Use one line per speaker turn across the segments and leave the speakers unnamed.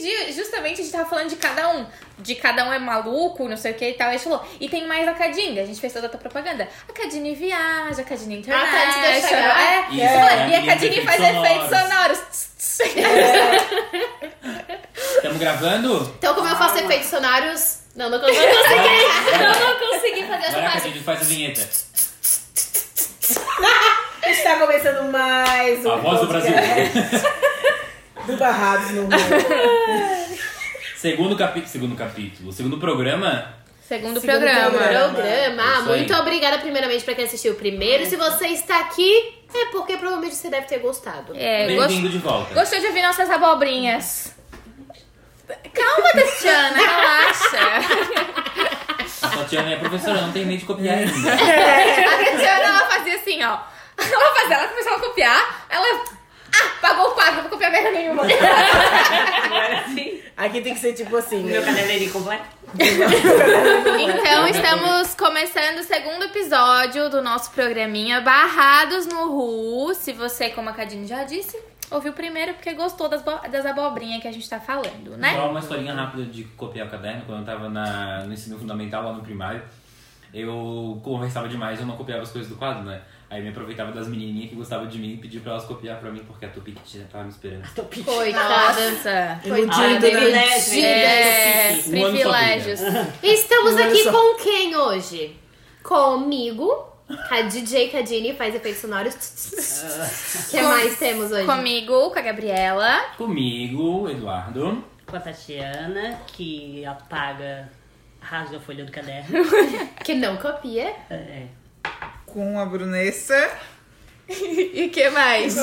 dia, justamente, a gente tava falando de cada um. De cada um é maluco, não sei o que e tal. E a gente falou, e tem mais a Cadine. A gente fez toda a propaganda. A Cadine viaja, a Cadine
Ah, tá, antes de eu
international.
chegar.
é.
Isso,
Ela-
é,
E a
e
Cadine
efeitos
faz efeitos sonoros.
Estamos gravando?
Então, como eu faço efeitos sonoros. Não, não consegui. Não consegui, não consegui fazer essa
Vai,
parte.
Cadine, faz a vinheta.
Está começando mais um
A voz do Brasil.
podcast do Barrados no Mundo.
Segundo capítulo. Segundo capítulo. Segundo programa.
Segundo,
Segundo
programa.
programa.
Programa.
É Isso aí.
Muito obrigada, primeiramente, pra quem assistiu o primeiro. Se você está aqui, é porque provavelmente você deve ter gostado.
É, gost-
Bem-vindo de volta.
gostou de ouvir nossas abobrinhas. Calma, Tatiana, relaxa.
A Tatiana é professora, não tem nem de
É.
copiar ainda.
A Tatiana, ela fazia assim, ó. Ela fazia, ela começava a copiar, ela... Ah, pagou o quadro, não vou copiar merda nenhuma.
Agora sim.
Aqui tem que ser tipo assim,
O meu
né?
cabeleireiro completo.
Então, estamos começando o segundo episódio do nosso programinha Barrados no Ru. Se você, como a Cadine já disse, ouviu primeiro porque gostou das, bo- das abobrinhas que a gente tá falando, né?
Só uma historinha rápida de copiar o caderno. Quando eu tava na- no ensino fundamental, lá no primário, eu conversava demais, eu não copiava as coisas do quadro, né? Aí me aproveitava das menininhas que gostavam de mim e pedia pra elas copiar pra mim, porque a Tupiquitinha tava me esperando.
Coitada.
Nossa.
Ah,
Iludido, né?
privilégio,
Tá, É,
Um
hein?
ano só
privilégios.
Estamos
Olha
aqui
só.
com quem hoje? Comigo. A DJ Cadine faz efeitos sonoros. O que
Com-
mais temos hoje?
Comigo, com a Gabriela.
Comigo, Eduardo.
Com a Tatiana, que apaga, rasga a folha do caderno.
Que não copia.
É.
com a Brunessa.
E que mais?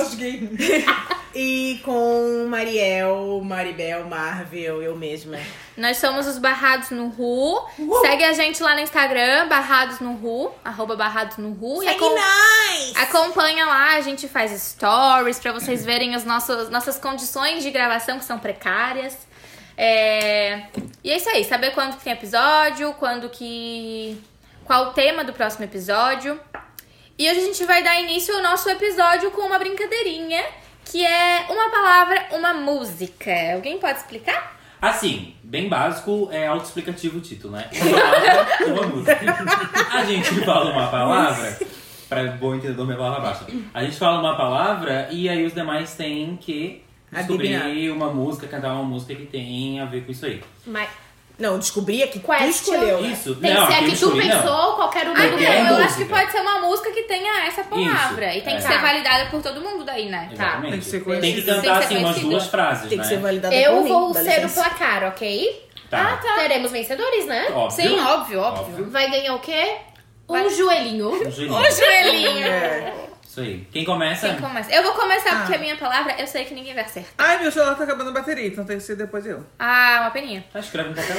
E com Mariel, Maribel, Marvel, eu mesma.
Nós somos os Barrados no Ru. Segue a gente lá no Instagram, Barrados no Ru, arroba Barrados no Ru. e acom- Acompanha lá, a gente faz stories pra vocês verem as nossas, nossas condições de gravação, que são precárias. É, E é isso aí, saber quando que tem episódio, quando que... Qual o tema do próximo episódio. E hoje a gente vai dar início ao nosso episódio com uma brincadeirinha, que é uma palavra, uma música. Alguém pode explicar?
Assim, bem básico, é autoexplicativo o título, né? Uma palavra, uma música. A gente fala uma palavra, pra bom entendedor, minha palavra baixa. A gente fala uma palavra e aí os demais têm que descobrir
Adivinhar.
uma música, cantar uma música que tem a ver com isso aí.
Mas
Não, descobri aqui tu
Question.
escolheu. né?
Isso,
tem
não,
que ser a
aqui eu
que tu
escolhi, não.
pensou ou qualquer uma
Ah,
do
Porque é
então, eu
mundo.
acho que
música.
pode ser uma música que tenha essa palavra.
Isso,
E tem que
é.
ser validada por todo mundo daí, né?
Exatamente.
Tem que ser
Tem que
conhecido.
Tem
cantar
que ser
assim umas
conhecido.
duas frases,
Tem
né?
que ser validada por
Eu
mim,
vou
dá
ser o
licença.
placar, ok? Ah,
Tá.
Teremos vencedores, né?
Óbvio.
Sim, óbvio, óbvio.
Óbvio.
Vai ganhar o quê? Um
Vai-
joelhinho.
Um joelhinho.
O Tá. joelhinho.
É.
Isso aí. Quem começa?
Quem começa? Eu vou começar
Ah.
porque a minha palavra eu sei que ninguém vai acertar.
Ai, meu celular tá acabando a bateria, então tem que ser depois eu.
Ah, uma peninha.
Tá, escreve no papel.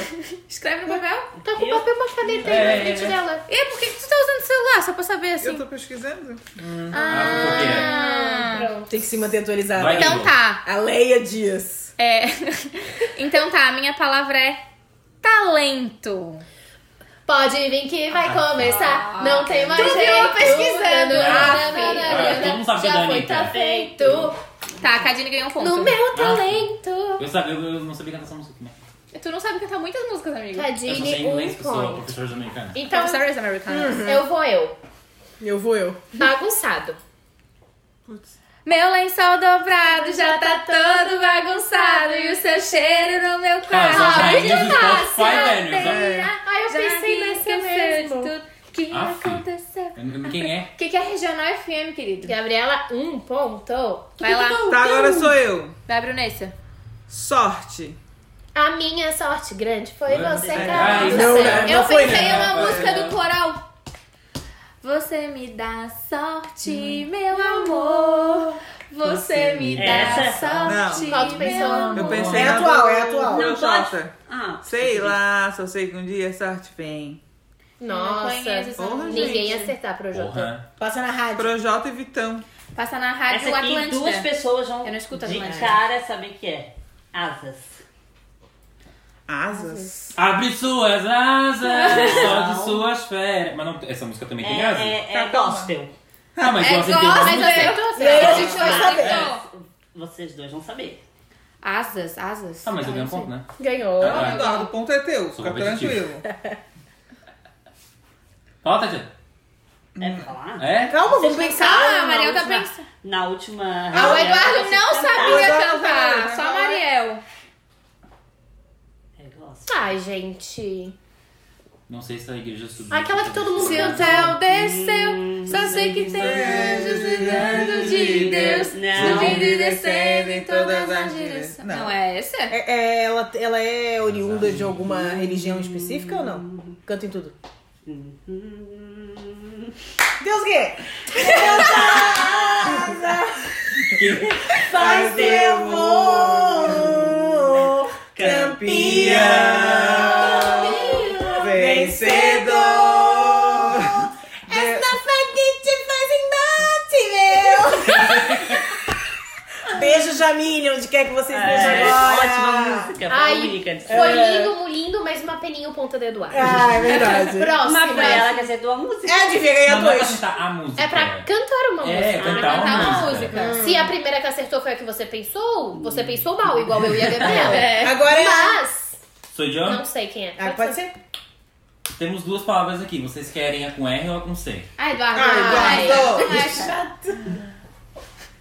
Escreve no papel.
Tá com papel e uma caneta aí
É,
na frente
é.
dela.
E por que que tu tá usando o celular? Só pra saber assim.
Eu tô pesquisando.
Ah,
Ah, pronto.
Tem que se manter atualizado.
Vai.
Então tá.
A Leia Dias.
É. então tá, a minha palavra é talento.
Pode vir que vai
Ah,
começar. não tem mais
Tu viu
jeito.
eu pesquisando.
Nananana,
Ah, todo mundo sabe que é da
Já foi,
Anitta. Ah,
tá feito.
Tá, a Cadine ganhou um ponto.
No meu
porque
talento.
eu, sabia, eu não sabia cantar essa música. Né?
Tu não sabe cantar muitas músicas, amigo.
Eu só
Tadine,
sei inglês,
um
porque sou
ponto.
professor de americana.
Então,
Professores
Hum.
americanos.
eu vou eu.
Eu vou eu.
Bagunçado.
Putz.
Meu lençol dobrado já tá todo bagunçado E o seu cheiro no meu
Cara,
quarto
são as rainhas Ah, é do
Fácil,
Spotify, velho. Só-
Ai, Ah, eu
Já
pensei
vi
nessa
que eu
é mesmo.
fiz tudo que
Ah, fi.
aconteceu
Eu não- Quem é?
O que, que é Regional FM, querido?
Gabriela, um ponto.
Vai lá,
Tá, agora sou eu.
vai Brunessa
Sorte.
A minha sorte grande foi
Mano,
você,
ai,
cara. do
não,
céu.
né? não,
Eu
não foi,
pensei
não.
uma
Vai,
música
vai.
do coral.
Você me dá sorte, meu amor Você me dá
Essa?
sorte,
Não.
Qual tu
meu
pensou?
amor
Eu pensei
É
na
atual,
do-
é atual.
do
Não pode.
Jota.
Ah,
Sei lá, só sei que um dia a sorte vem.
Não conheço
Nossa,
essa
Porra,
música.
ninguém ia
gente.
acertar pro jogo.
Porra.
Passa na rádio.
Projota e Vitão.
Passa na
Essa
rádio
aqui
Atlântida
duas pessoas vão
Eu não escuto
de
Atlântida.
cara saber que é. Asas.
Asas.
Abre suas asas, só de suas férias. Mas não, essa música também
É,
tem asas?
é, é gospel.
Ah, mas
É
eu acertei
gospel.
uma
Mas
música.
acertou,
E aí
acertou.
a gente vai saber.
Vocês dois vão saber.
Asas, asas.
Ah, mas
Ah,
eu ganhei um
não sei.
ponto, né?
Ganhou.
Tá bom.
Eduardo, o ponto é teu,
Sou
fica
competitivo.
tranquilo.
Fala, Tatiana.
É pra falar?
É?
Calma,
Vocês
vamos
pensaram
Ah, a
na
Mariel tá
última-
pensando.
Na última.
Ah, o Eduardo não sabia
Eduardo vai,
cantar,
vai,
só a
vai.
Mariel.
É
Ai, gente.
Não sei se a igreja subiu.
Aquela que todo mundo
Se o
canta.
Hum,
céu desceu, só sei que tem anjos cuidando de Deus.
Não.
Subindo e descendo em todas as direções. Não é essa?
É- é- ela, ela é oriunda de alguma religião específica ou não? Canta em tudo. Deus quê? Faz
Né?
devo campeão vencedor. Esta fé que te faz embate, meu. Beijo, Jamile, onde quer que vocês
É,
estejam agora.
ótima música,
Ai,
foi única. de-
Foi
É.
lindo, lindo, mas uma peninha o ponta do Eduardo.
Ah, é verdade.
Mas
Próxima.
foi ela que acertou a música.
É, devia ganhar
Não, não é pra
dois.
cantar a música.
É pra cantar uma música. né?
É, cantar
Cantar
uma
uma
música. Hum.
música.
Se a primeira que acertou foi a que você pensou, você pensou mal, igual eu e a Gabriela.
É.
Agora é.
Mas,
Sou de
não sei quem é.
Ah, pode ser?
Temos duas palavras aqui. Vocês querem a com R ou a com C?
Ah, Eduardo.
Ah,
ai,
Eduardo.
ai,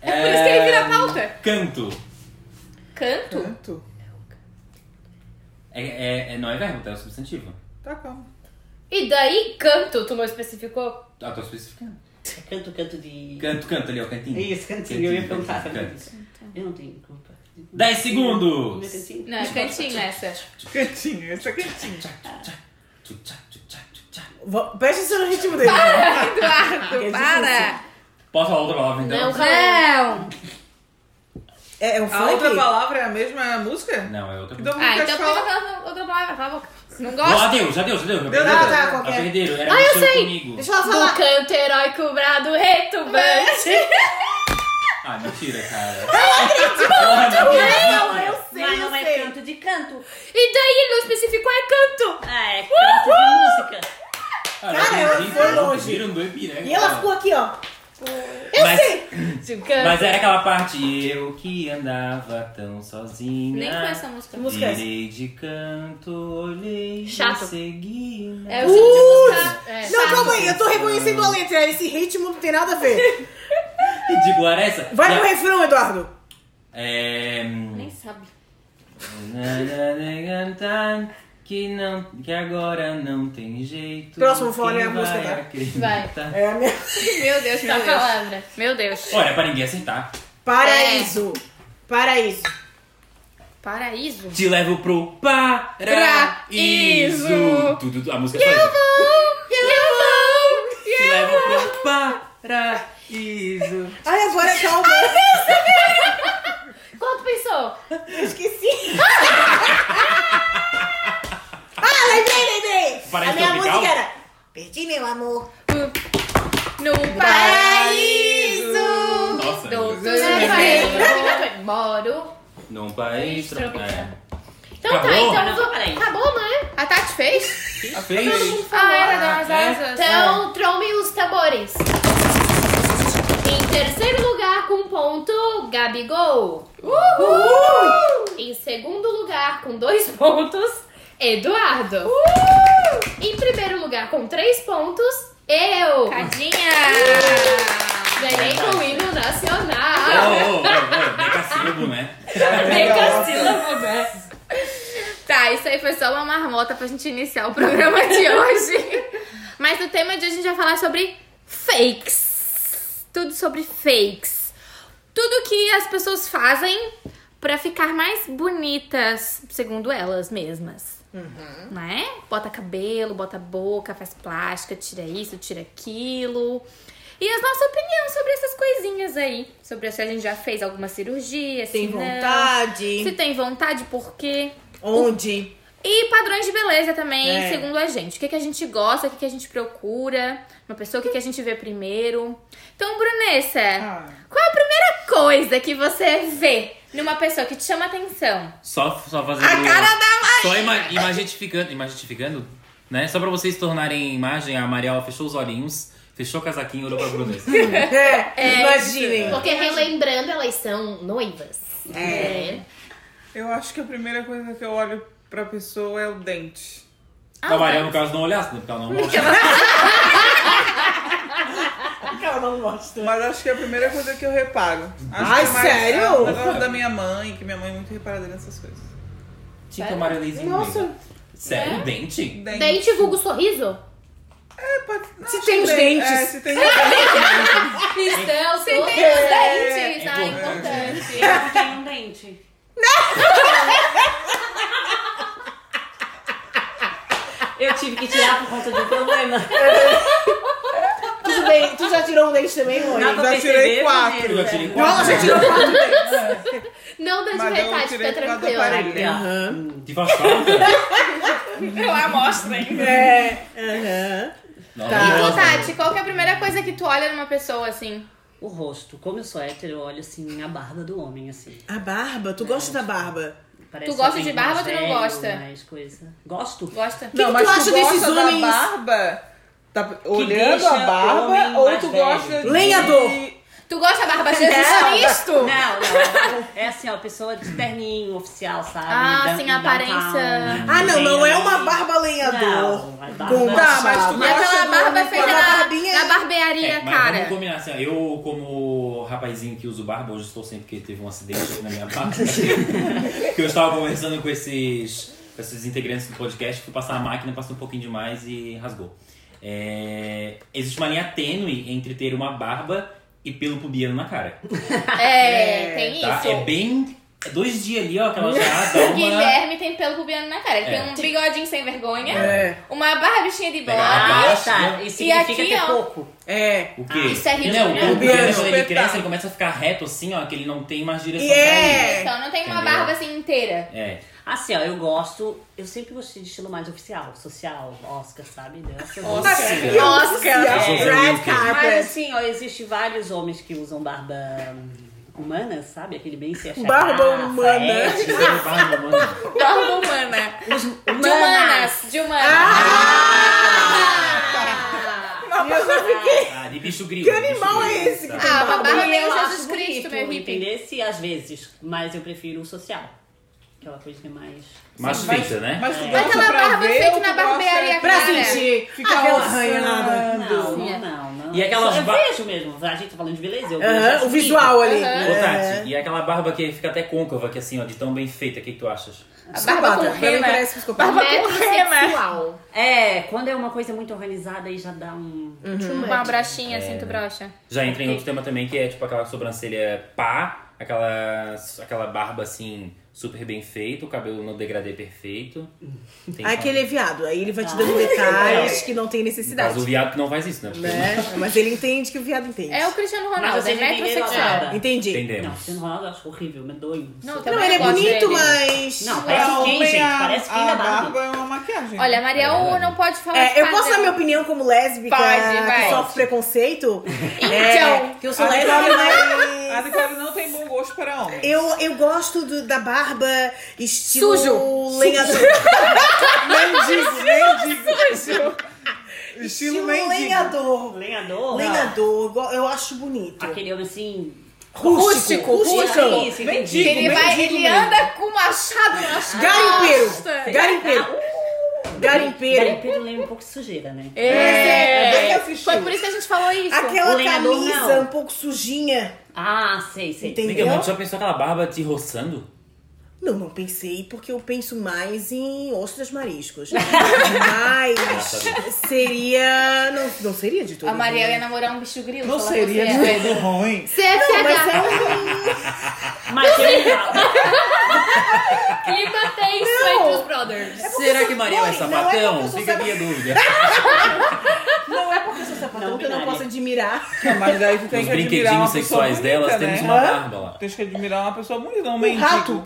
É por isso que ele vira pauta.
Canto.
Canto?
Tanto.
É, é- é- não é verbo, tá? É o substantivo.
Tá calma.
E daí, canto, tu não especificou?
Ah, tô especificando.
É.
Canto, canto de.
Canto, canto ali, ó, cantinho.
É Isso, cantinho. Eu ia perguntar
canto,
também.
canto.
Eu não tenho culpa.
10
Não é
segundos!
cantinho?
Não, é cantinho essa.
Cantinho, essa é cantinho.
Tchutchá, tchutchá, tchutchá.
Vou- Preste atenção no ritmo dele.
Eduardo,
Eu
para!
Posso falar outra palavra então?
Não,
Não!
É, é um
A outra
funk?
palavra é a mesma música?
Não, é outra
Que dá
palavra.
Ah,
música
então
de
põe
fala.
outra, outra palavra, cala a boca. Não
Ó,
gosta?
deu, já deu, já deu. Já
Deu,
perderam.
tá, tá,
Já
qualquer.
perderam, era
Ah, eu
mexeu
sei.
comigo.
Deixa ela
Do
falar.
canto heróico brado retumbante.
Ah, mentira, cara. Porra, não.
Não, eu sei, eu
Mas não é
sei.
canto de canto.
E daí ele não especificou, é canto!
Ah, é canto de música.
Cara,
Cara,
eu
ela
entendi,
foi
cara,
longe.
viram do Ipiranga,
E ela
cara.
ficou aqui, ó. Eu
Mas-
sei.
Do canto.
Mas era aquela parte, eu que andava tão sozinha.
Nem conheço essa música.
música é essa?
Virei de canto, olhei
Chato.
e segui. né?
É o tipo de música.
É.
Não, calma aí, eu tô reconhecendo a letra. Esse ritmo não tem nada a ver.
Ridícula era essa?
Vai
Já-
no refrão, Eduardo.
É...
Nem sabe.
Que, não, que agora não tem jeito.
Próximo, vou falar
quem
a música,
vai
tá?
acreditar?
É a minha...
Meu Deus,
Essa
meu Deus.
palavra.
Meu Deus.
Olha, pra ninguém acertar.
Paraíso. Paraíso.
Paraíso?
Te levo pro paraíso.
Paraíso.
Tudo, a música é só isso. Te levo pro paraíso.
Ai, agora é calma.
Qual tu pensou?
Eu esqueci. ah, lembrei, lembrei.
Paraíso
a minha
tropical?
música era... Perdi meu amor.
No paraíso!
Nossa.
Do
Paraíso. Moro.
Num país tropical.
Então tá,
Acabou?
então eu vou.
Peraí.
Acabou, né?
A Tati fez?
Ah, fez.
Ah, era das
É.
asas.
Então, tromem os tambores. Em terceiro lugar, com um ponto, Gabigol. Uhul! Em segundo lugar, com dois pontos, Eduardo. Em primeiro lugar, com três pontos, eu.
Tadinha!
Ganhei com o hino
Ô,
nacional.
ô, ô, ô, decassílabo, né?
Tá, isso aí foi só uma marmota pra gente iniciar o programa de hoje. Mas o tema de hoje a gente vai falar sobre fakes. Tudo sobre fakes. Tudo que as pessoas fazem pra ficar mais bonitas, segundo elas mesmas.
Uhum.
Né? Bota cabelo, bota boca, faz plástica, tira isso, tira aquilo. E a nossa opinião sobre essas coisinhas aí. Sobre se a gente já fez alguma cirurgia, se
Tem
não.
vontade.
Se tem vontade, por quê?
Onde?
E padrões de beleza também,
É.
segundo a gente. O que, que a gente gosta, o que, que a gente procura uma pessoa, o que, que a gente vê primeiro. Então, Brunessa,
Ah.
qual é a primeira coisa que você vê numa pessoa que te chama atenção?
Só, só fazendo.
A cara da
Só ima imagetificando, imagetificando, né? Só pra vocês tornarem a imagem, a Mariel fechou os olhinhos, fechou o casaquinho e olhou pra
Ah,
Brunessa.
É, imaginem.
Porque relembrando, elas são noivas. É.
Eu acho que a primeira coisa que eu olho pra pessoa é o dente.
da Mariana, no caso, não olhasse, né? Porque ela não mostra.
Ah,
Ela não gosta.
Mas acho que é a primeira coisa que eu reparo. Acho
Ai,
que é mais-
sério?
é um negócio da minha mãe, que minha mãe é muito reparada nessas coisas.
Tinta Mariana
Nossa. É?
Sério? Dente?
Dente.
Dente vulgo sorriso?
É, pode- não,
Se
acho
tem
que
os
dente-
dentes.
É, se tem os dentes.
Cristão, sorriso.
É,
Dentes,
tá?
ah, importante.
Eu não tenho um dente. Eu tive que tirar por conta de um problema.
Tudo bem, tu já tirou um dente também, Rony?
Dá pra
já
perceber
tirei quatro.
primeiro,
Eu já
né?
tirei quatro.
Não dá de
Mas um eu
metade,
tirei
fica
por causa do
tranquila.
aparelho.
Aqui, ó.
Te faz falta?
Eu amostra ainda.
É. Aham.
Não,
Tá.
não
E tu,
gosto.
Tati, qual que é a primeira coisa que tu olha numa pessoa, assim?
O rosto. Como eu sou hétero, eu olho assim a barba do homem, assim.
A barba, tu gosta da barba?
Parece
Tu gosta
alguém
de barba ou tu
mais
não
velho,
gosta?
Mais coisa. Gosto.
Gosta?
que tu acha desses
gosta da
homens?
barba? Tá olhando
deixa
a
o homem
barba ou
mais
tu
velho.
gosta de...
Lenhador.
Tu gosta da barba Jesus
Não.
Cristo?
Não, não. É assim, ó, pessoa de terninho oficial, sabe? Então, um
Ah,
Da-
sim, a
da
aparência.
town.
Ah, não, não é uma
Bem,
barba lenhador.
Não, mas barba-
Com
Tá, mas
machado.
tu
Mas
gosta
aquela
do
barba
é
homem
feita
com a
na,
barbinha?
na barbearia,
É, mas
cara.
vamos combinar assim, ó, eu como rapazinho que uso barba, hoje estou sempre que teve um acidente aqui na minha barba, que eu estava conversando com esses, com esses integrantes do podcast, fui passar a máquina, passou um pouquinho demais e rasgou. É, existe uma linha tênue entre ter uma barba e pelo pubiano na cara,
É, tem
tá?
isso.
É bem... é dois dias ali, ó, aquela já dá
O
uma...
Guilherme tem pelo pubiano na cara. Ele
É.
tem um bigodinho sem vergonha,
É.
uma barbichinha de
Pegar
bola.
a
Ah,
Gosto,
tá.
né?
E significa
aqui,
ter
ó.
pouco.
É.
O quê?
isso é ridículo,
Não,
né?
o pubiano, quando ele
Espetáculo.
cresce, ele começa a ficar reto assim, ó, que ele não tem mais direção
Yeah.
Então não tem uma
Entendeu?
barba assim inteira.
pra ele. É.
Assim, ó, eu gosto. Eu sempre gostei de estilo mais oficial, social, Oscar, sabe? Então, Dessa-
Oscar.
Oscar.
Oscar.
Red
Mas
carpet.
assim, ó, existe vários homens que usam barba humana, sabe? Aquele bem se achar
Barba
massa,
humana.
é.
Isso é barba, mano.
Barba humana. De Tá né?
assim,
humanas, de humanas. Ah!
Ah, de bicho grilo.
Que
de bicho
animal
grilo,
é esse que
tá?
tem
Ah, uma
barba?
barba
E eu
meio Jesus Cristo,
acho bonito,
meu hippie.
entendesse? às vezes, mas eu prefiro o social. Aquela coisa que é mais.
Mas fita, né?
Mas tu gosta
Aquela
pra
barba
ver
feita
ou tu
na barbearia,
gosta-
Pra
cara.
sentir.
Fica
Aquela
roçando.
arranhada.
Não, não, não, não.
E aquelas
Eu
ba-
vejo mesmo, a gente tá falando de beleza. Eu vejo
É Aham,
essa
Uhum, o visual ali.
Aham.
Ô, Tati, e aquela barba que fica até côncava, que assim, ó, de tão bem feita, o que, que tu achas?
A barba com
Psicopata. Pra mim
rena.
parece psicopata.
Barba com rena.
Uau.
É, quando é uma coisa muito organizada aí já dá um.
Hum.
Uma broxinha assim,
É.
tu brocha.
Já entra em outro tema também, que é tipo aquela sobrancelha pá, aquela, aquela barba assim, super bem feita, o cabelo no degradê perfeito. Tem
Aí que ele é viado, aí ele vai te
Ah.
dando detalhes que não tem necessidade.
Mas o viado que não faz isso, né?
um
Porque
Né? Mas ele entende que o viado entende.
É o Cristiano
Mas
Ronaldo, é
vocês entenderam a
metrosexual.
barba.
Entendi.
Não,
Entendemos.
Cristiano Ronaldo eu acho horrível, medonho.
Não,
Não,
também
ele é
gosto
bonito,
dele.
mas.
tá Não,
Pra
parece quem,
homem,
gente?
a-
Parece quem
a
da barba.
barba é uma maquiagem.
Olha, a Mariel não pode falar de
É, eu posso
padrão.
dar minha opinião como lésbica
Pode, vai.
que sofre preconceito?
Então.
né?
é, que eu sou
a
lésbica,
Nicole, não, a
mas
Nicole né? não tem bom gosto para homem.
eu, eu gosto do- da barba estilo
Sujo.
lenhador.
Mendigo, mendigo. Estilo
estilo
mendigo.
lenhador.
Lenhador?
Lenhador, eu go- eu acho bonito.
Aquele homem assim.
Rústico,
É
rústico.
isso,
Mendigo.
entendi.
Ele vai,
mendigo
ele
mesmo.
anda com machado nas
Garimpeiro,
costas.
garimpeiro, garimpeiro.
Garimpeiro lembra um pouco de sujeira, né?
Uh. É,
É, bem assistido.
Foi por isso que a gente falou isso.
Aquela
O lenhador,
camisa
não.
um pouco sujinha,
Ah, sei, sei.
entendeu?
Nigga, mas tu já pensou aquela barba te roçando?
Não, não pensei, porque eu penso mais em ostras mariscos. Mas seria. Não, não seria de todo.
A Mariel ia namorar um bicho grilo.
Não
se ela
seria né?
fosse ela.
de todo ruim.
Não, mas é
CFH,
um.
Mas ele fala.
Clima tenso
Não.
entre os brothers.
Será que Maria é
Oi, não é porque
sapatão?
eu sou
Fica a minha dúvida.
Não é porque eu sou sapatão
Não
que eu não
binário.
posso admirar.
Não, Mas daí tu tem
Os
que admirar uma
brinquedinhos
pessoa
sexuais
bonita,
delas,
né?
temos uma barba lá.
Tens que admirar uma pessoa bonita, um
Um
mendigo.
rato.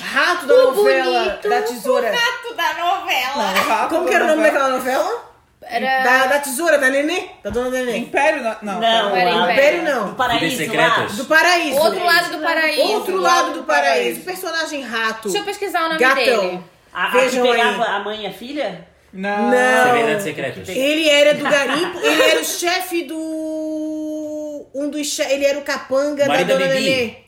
Rato da
O
novela
bonito,
da tesoura.
rato da novela.
Não, um é rato
Como que era o
da
nome daquela novela?
Era...
Da, da tesoura, da nenê? Da dona nenê.
Império, não. Não.
Não,
peraí,
a-
peraí.
Império não.
Do paraíso.
Vidas secretas?
lá.
Do paraíso.
Outro lado do paraíso.
Outro lado do paraíso. Personagem rato.
Deixa eu pesquisar o nome
Gatão.
dele.
A, a
Vejam
que
aí.
pegava a mãe e a filha?
Não.
Não.
Verdades secretas.
Ele era do garimpo, ele era o chefe do. Um dos che... Ele era o capanga
Marido
da
da
dona
Bibi?
Nenê.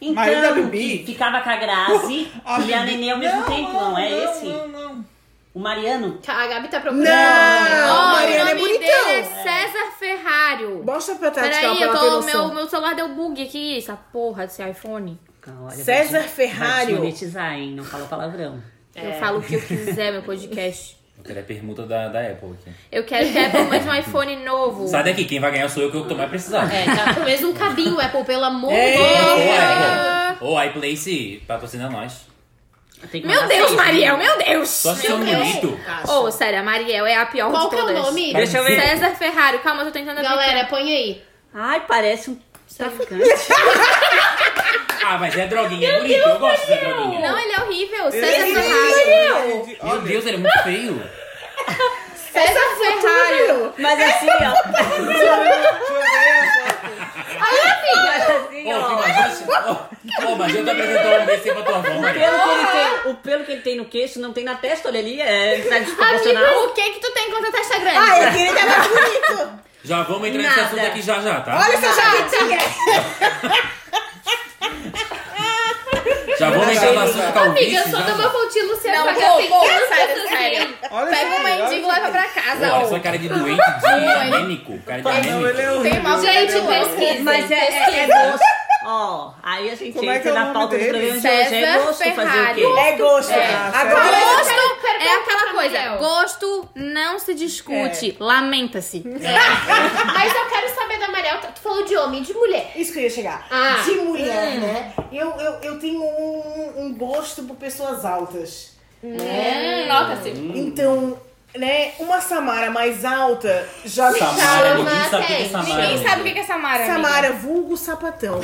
Então,
Mas eu já bebi.
que ficava com a Grazi e a Nenê ao mesmo tempo, não, é esse?
Ah, Não, não.
O Mariano?
A Gabi tá procurando.
Não,
Ó,
o Mariano
o
é
nome
bonitão.
dele é César Ferrário.
Mostra pra Tati que ela-
Peraí,
pra
eu
ela ter
tô,
noção.
meu, meu celular deu bug aqui, essa porra desse iPhone.
Olha, vai
César
te- Vai te
Ferrário.
monetizar, hein? Não fala palavrão.
Eu falo o que eu quiser, meu podcast.
Eu quero a permuta da, da Apple aqui.
Eu quero que a Apple mande um iPhone novo.
Sai daqui, quem vai ganhar sou eu que eu tô mais precisando.
É, tá com mesmo um cabinho, Apple, pelo amor
É,
de
Ô,
Deus.
Apple. Ô, iPlace, patrocina nós.
Tem que
Meu
mandar
Deus,
seis,
Mariel,
né?
meu Deus!
Só seu
é
bonito.
Ô, sério, a Mariel é a pior
Qual
de
que é
todas.
o nome?
Deixa eu ver.
César Ferrari. Calma, eu tô tentando abrir.
Galera, tá põe aí.
Ai, parece um traficante.
Ah, mas é droguinha, é bonito. Eu gosto da droguinha.
Não, ele é horrível. César
Ele-
Ferrari.
Ele-
Meu Deus, ele é muito feio.
César Ferrari.
Mas assim, ó. Mas
Ô,
assim, ó.
que imagina. Ô, ô, mas eu tô apresentando um BC pra tua avó,
O
Maria.
pelo, que ele tem, o pelo que ele tem no queixo não tem na testa, olha ali, é tá desproporcional.
Amigo, o que que tu tem
tá,
contra a testa grande?
Ah, eu queria estar mais bonito.
Já vamos entrar nesse
Nada.
assunto aqui já já, tá?
Olha essa jaquetinha.
Já vamos entrar no assunto
Amiga, eu
calvície.
sou
já
da
já.
Mafontilo, você
Não,
é
pô, pô,
pagar
sério, sério.
Olha
Pega
isso
uma
aí, olha
mendigo e
isso
leva pra casa.
Olha
ó.
essa cara de doente, de anêmico. Cara de
aí. Não, ele é
anêmico.
horrível.
Tem mal
Gente, pesquisa.
Mas é, é, é gosto. Ó, aí a gente
Como é
entra
que é o
na
nome
pauta do
dele?
programa de hoje. É
César
gosto fazer o
Ferrari.
quê?
É gosto.
É.
Agora
Olha,
Gosto
eu quero
é
perguntar
aquela
pra É.
coisa.
Miguel.
Gosto não se discute. Lamenta-se.
Mas eu quero saber da Mariel. Tu falou de homem, de mulher.
é Isso que eu ia chegar.
Ah.
De mulher, né? Eu, eu, eu tenho um, um gosto por pessoas altas.
É. Nota-se.
Então, né, uma Samara mais alta já me
Samara,
chama.
ninguém sabe o que é
Ninguém
Samara.
Ninguém
amiga.
sabe o que que é Samara. amiga.
Samara, vulgo sapatão.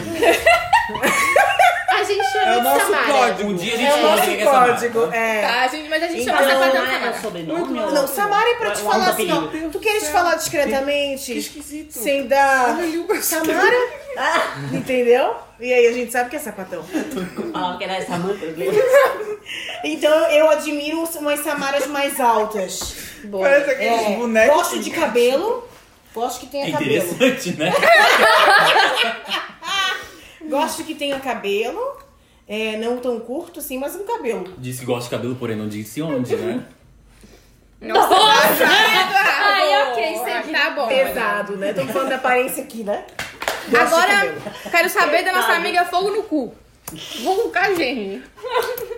A gente chama
É o
de
nosso
Samara.
código.
Um dia a gente
É o
fala o que
nosso
é Samara.
código. É.
Tá, gente, mas a gente
Então,
chama sapatão
não é
Samara.
sobrenome? ou-
Não, Samara é pra te
ou
falar
algum
assim, ó.
apelido?
Tu queres falar discretamente?
Que esquisito.
Sem dar.
Olha ali o pessoal.
Samara? Ah, Entendeu? E aí a gente sabe que é sapatão.
Falava que é era essa manta.
Então eu admiro umas Samaras mais altas.
Boa.
Parece aqueles
É,
bonecos.
gosto de cabelo. Gosto que
É
tenha cabelo.
interessante, né?
Gosto que tenha cabelo. É, não tão curto assim, mas um cabelo.
Disse que gosta de cabelo, porém não disse onde, né?
Nossa! Ai, ok,
entendi.
Tá bom.
Pesado, né? Estamos falando da aparência aqui, né? Gosto de
Agora,
cabelo.
quero saber da nossa amiga Fogo no Cu. Vulgo Cagene.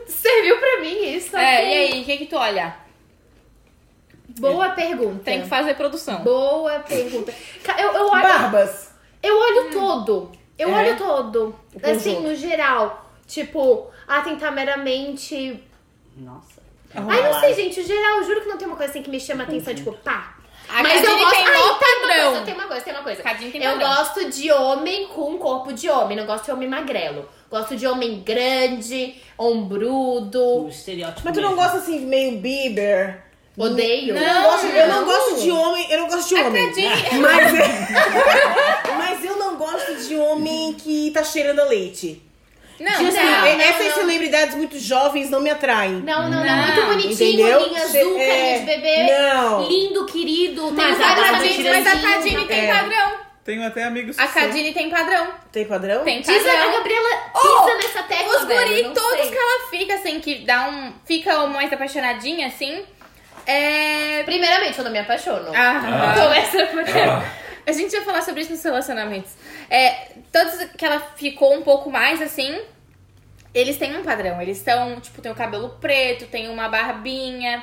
Serviu pra mim isso. tá
É,
ok.
e aí, o que que tu olha?
Boa pergunta.
Tem que fazer produção.
Boa pergunta. Ca- Eu, eu olho,
Barbas.
eu
Hum.
olho todo. Eu
É.
olho todo.
conjunto.
Assim, no geral. Tipo, atentar meramente.
Nossa.
Ai, não sei, gente. O geral, eu juro que não tem uma coisa assim que me chama atenção, tipo, pá.
A
Mas eu
Cadine
gosto.
tem
Ai,
mó
tem uma coisa,
padrão.
tem uma coisa, tem uma coisa.
Cadinho tem
Eu
padrão.
gosto de homem com corpo de homem, não gosto de homem magrelo. Gosto de homem grande,
O
ombrudo.
estereótipo.
Mas tu não
mesmo.
gosta assim, meio Bieber?
Odeio.
Eu não gosto, eu não gosto de homem, eu não gosto de homem.
Acredite.
Mas, mas eu não gosto de homem que tá cheirando a leite.
Não,
Tipo assim,
Tá, não.
essas celebridades muito jovens não me atraem.
Não, não, não.
Não,
Muito bonitinho,
entendeu?
olhinho azul,
É,
carinha de bebê.
Não.
Lindo, querido. Tem
Mas
uns
a
olhos
Cadine, mas a
tá
cheirosinhos.
Cadine tem
É.
padrão.
Tenho até amigos
A
que são-
Cadine tem padrão.
Tem padrão?
Tem
Diz a, a
padrão.
Gabriela
Oh,
pisa nessa tecla,
Os
velho,
guri,
não
todos
sei.
que ela fica, assim, que dá um... Fica mais apaixonadinha, assim, é...
Primeiramente, eu não me apaixono.
Ah,
Ah.
começa por...
Ah,
A gente ia falar sobre isso nos relacionamentos. É, todos que ela ficou um pouco mais assim, eles têm um padrão. Eles são, tipo, tem o cabelo preto, tem uma barbinha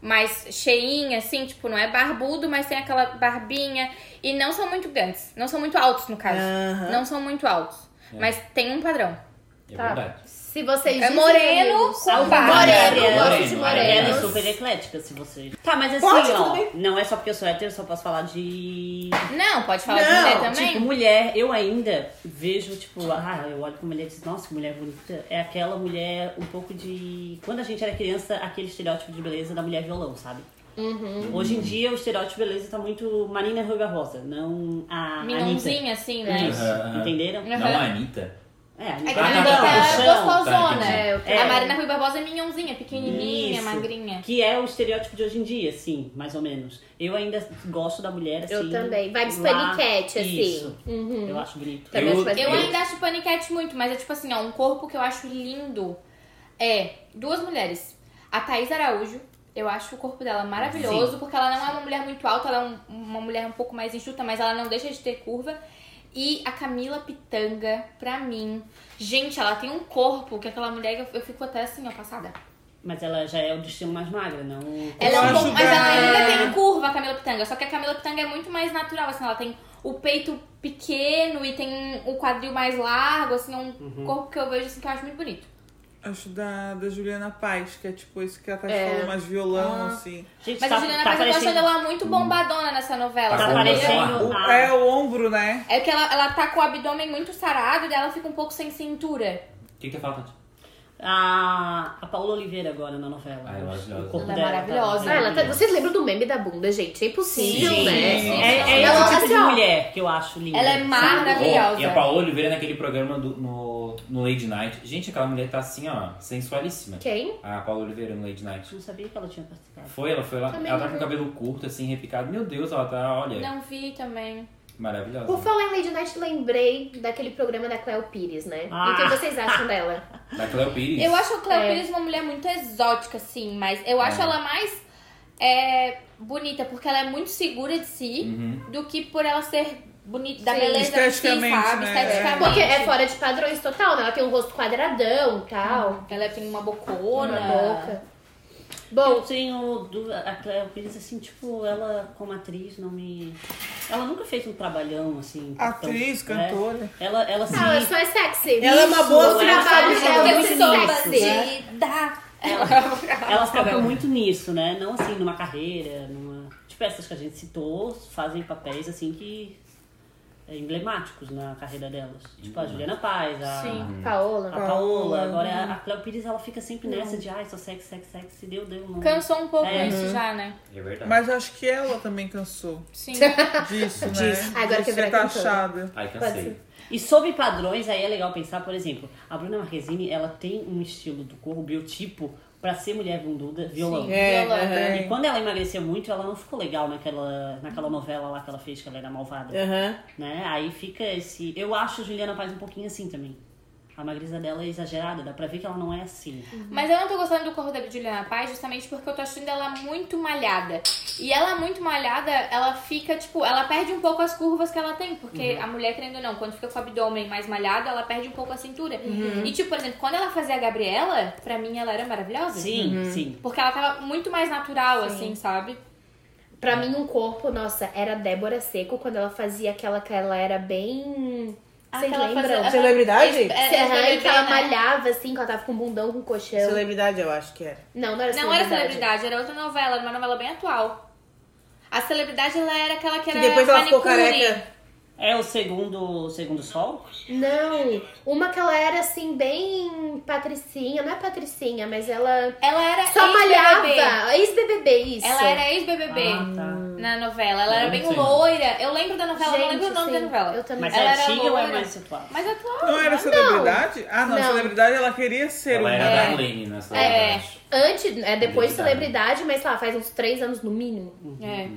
mais cheinha, assim, tipo, não é barbudo, mas tem aquela barbinha. E não são muito grandes. Não são muito altos, no caso.
Aham.
Não são muito altos. Mas tem um padrão.
é
Tá.
verdade.
Se vocês
É
dizem,
moreno
amigos.
com barba.
Moreno, eu gosto de
Moreno,
Ela
moreno.
é
Nossa.
super eclética, se você. Tá, mas assim,
Pode, tudo bem.
ó. Não é só porque eu sou hétero, eu só posso falar de.
Não, pode falar de
Não,
mulher também.
Tipo, mulher, eu ainda vejo, tipo, ah, eu olho pra mulher e diz, nossa, que mulher bonita. É aquela mulher um pouco de. Quando a gente era criança, aquele estereótipo de beleza da mulher violão, sabe? Hoje em dia o estereótipo de beleza tá muito Marina Ruga Rosa, não a.
Minãozinha, assim,
Anitta.
né?
Isso,
Aham.
entenderam?
Aham.
Não, Uhum. a Anitta.
É, a
É
Anitta.
que
Ah,
a
tá,
Anitta
tá,
é
tá.
gostosona.
Tá, entendi.
É, eu
É.
A Marina Rui Barbosa é minhãozinha, pequenininha,
Isso.
magrinha.
Que é o estereótipo de hoje em dia, assim, mais ou menos. Eu ainda gosto da mulher, assim.
Eu também. Vibes
lá-
paniquete, assim.
Isso.
Uhum.
Eu acho bonito.
Também
Eu-
acho mais
Eu
bonito.
ainda acho paniquete muito, mas é tipo assim, ó, um corpo que eu acho lindo é duas mulheres. A Thaís Araújo, eu acho o corpo dela maravilhoso, porque ela não é uma mulher muito alta, ela é um- uma mulher um pouco mais enxuta, mas ela não deixa de ter curva. E a Camila Pitanga, pra mim, gente, ela tem um corpo que aquela mulher que eu- eu fico até assim, ó, passada.
Mas ela já é o destino mais magra, não.
Ela é um
acho
pouco, mas ela
da-
ainda tem curva, a Camila Pitanga. Só que a Camila Pitanga é muito mais natural, assim, ela tem o peito pequeno e tem o quadril mais largo, assim, é um corpo que eu vejo assim que eu acho muito bonito.
Acho da, da Juliana Paz, que é tipo isso que a Tati falou, mais violão, assim.
Gente,
Mas
tá,
a Juliana
tá
Paz eu tô achando
parecendo,
ela muito bombadona nessa novela.
tá
é
sabe?
parecendo
O-
a-
É o ombro, né?
É que ela, ela tá com o abdômen muito sarado e daí ela fica um pouco sem cintura.
O que que fala, Tati?
a, a Paula Oliveira agora na novela.
Ah, eu acho
O corpo
ela é
dela tá-
maravilhosa.
Ah, ela tá... Vocês lembram do meme da bunda, gente? É impossível,
Sim.
né?
É, é
Ela
esse tipo
assim,
de
ó,
mulher que eu acho linda.
Ela é
sabe?
maravilhosa.
Oh, e a Paola Oliveira naquele programa do, no, no Lady Night. Gente, aquela mulher tá assim, ó, sensualíssima.
Quem?
A Paola Oliveira no Lady Night.
Não sabia que ela tinha participado.
Foi, ela foi lá.
Também
ela tá
não.
com o cabelo curto, assim, repicado. Meu Deus, ela tá, olha,
Não vi também.
maravilhosa.
Por falar em Lady Night, lembrei daquele programa da Cleo Pires, né? E o
Ah.
que vocês acham dela?
Da Cleo Pires.
Eu acho a Cleo
É.
Pires uma mulher muito exótica, assim, mas eu acho
É.
ela mais é, bonita, porque ela é muito segura de si,
Uhum.
do que por ela ser bonita, da
Sim.
beleza em si,
Esteticamente,
sabe?
né?
Esteticamente.
Porque é fora de padrões total, né? Ela tem um rosto quadradão e tal.
Ela tem uma
Uma
bocona.
boca.
Eu
Bom,
tenho dúvida. A Cleo Pires, assim, tipo, ela como atriz não me. Ela nunca fez um trabalhão, assim. tão-
Atriz,
Então,
né?
cantora.
Ela, ela se.
ah, ela só é sexy.
Ela é uma
Isso,
boa
o
filha,
trabalho
sabe?
dela é
Muito
ser
nisso,
sexy.
né?
Dá.
Elas focam muito nisso, né? Não assim numa carreira, numa. Tipo, essas que a gente citou fazem papéis assim que. é, emblemáticos na carreira delas. Tipo, a Juliana Paz, a,
Sim.
a
Paola.
Paola. Agora a Cleo Pires, ela fica sempre nessa de ai, sou sexy, sexy, sexy, deu, deu, não.
Cansou um pouco
Ah. É.
isso já, né?
É verdade.
Mas acho que ela também cansou
Sim.
disso, né?
Ah, agora
De
que
ser
virar cantora.
taxada.
Ai,
Pode
cansei.
ser.
E sobre padrões, aí é legal pensar, por exemplo, a Bruna Marquezine, ela tem um estilo do corpo, biotipo, pra ser mulher bunduda, violão.
É,
Violão.
aham.
E quando ela emagreceu muito, ela não ficou legal naquela, naquela novela lá que ela fez, que ela era malvada.
É.
Aham.
né? Aí fica esse. Eu acho a Juliana Paz um pouquinho assim também. A magreza dela é exagerada, dá pra ver que ela não é assim.
Mas eu não tô gostando do corpo da Juliana Paz justamente porque eu tô achando ela muito malhada. E ela é muito malhada, ela fica, tipo, ela perde um pouco as curvas que ela tem.
Uhum.
Porque a mulher, querendo ou não, quando fica com o abdômen mais malhado, ela perde um pouco a cintura.
Uhum.
E, tipo, por exemplo, quando ela fazia a Gabriela, pra mim ela era maravilhosa.
Sim, sim.
Porque ela tava muito mais natural, assim, sabe?
Pra mim, um corpo, nossa, era a Débora Seco quando ela fazia aquela que ela era bem. Vocês
Aquela
lembram?
Ah, fazia-
Celebridade?
É,
Você
é
arranha
BBB,
que ela
né?
malhava assim, que ela tava com bundão com colchão.
Celebridade, eu acho que é. era.
Não, não era
é. Não era celebridade, era outra novela, uma novela bem atual. A celebridade, ela era aquela que
Que
era
depois ela ficou
manicure.
careca.
É o segundo, o segundo sol?
Não, uma que ela era assim, bem patricinha, não é patricinha, mas ela
Ela era
só
ex-BBB.
malhava. Ex-BBB, isso.
Ela era ex-BBB
Ah, tá.
na novela. Ela era
Não
bem
sei.
loira. Eu lembro da novela, eu não
Gente,
lembro o nome
sim,
da novela.
Eu também.
Mas
Ela
é
era
antiga ou é
loura.
mais atual?
Mas é claro.
Não era celebridade? Ah, não,
Não.
celebridade ela queria ser
Ela
uma.
era da Arlene né, nessa
É.
verdade.
Antes, é depois
Celebridade.
de celebridade, mas sei lá, faz uns três anos no mínimo.
É.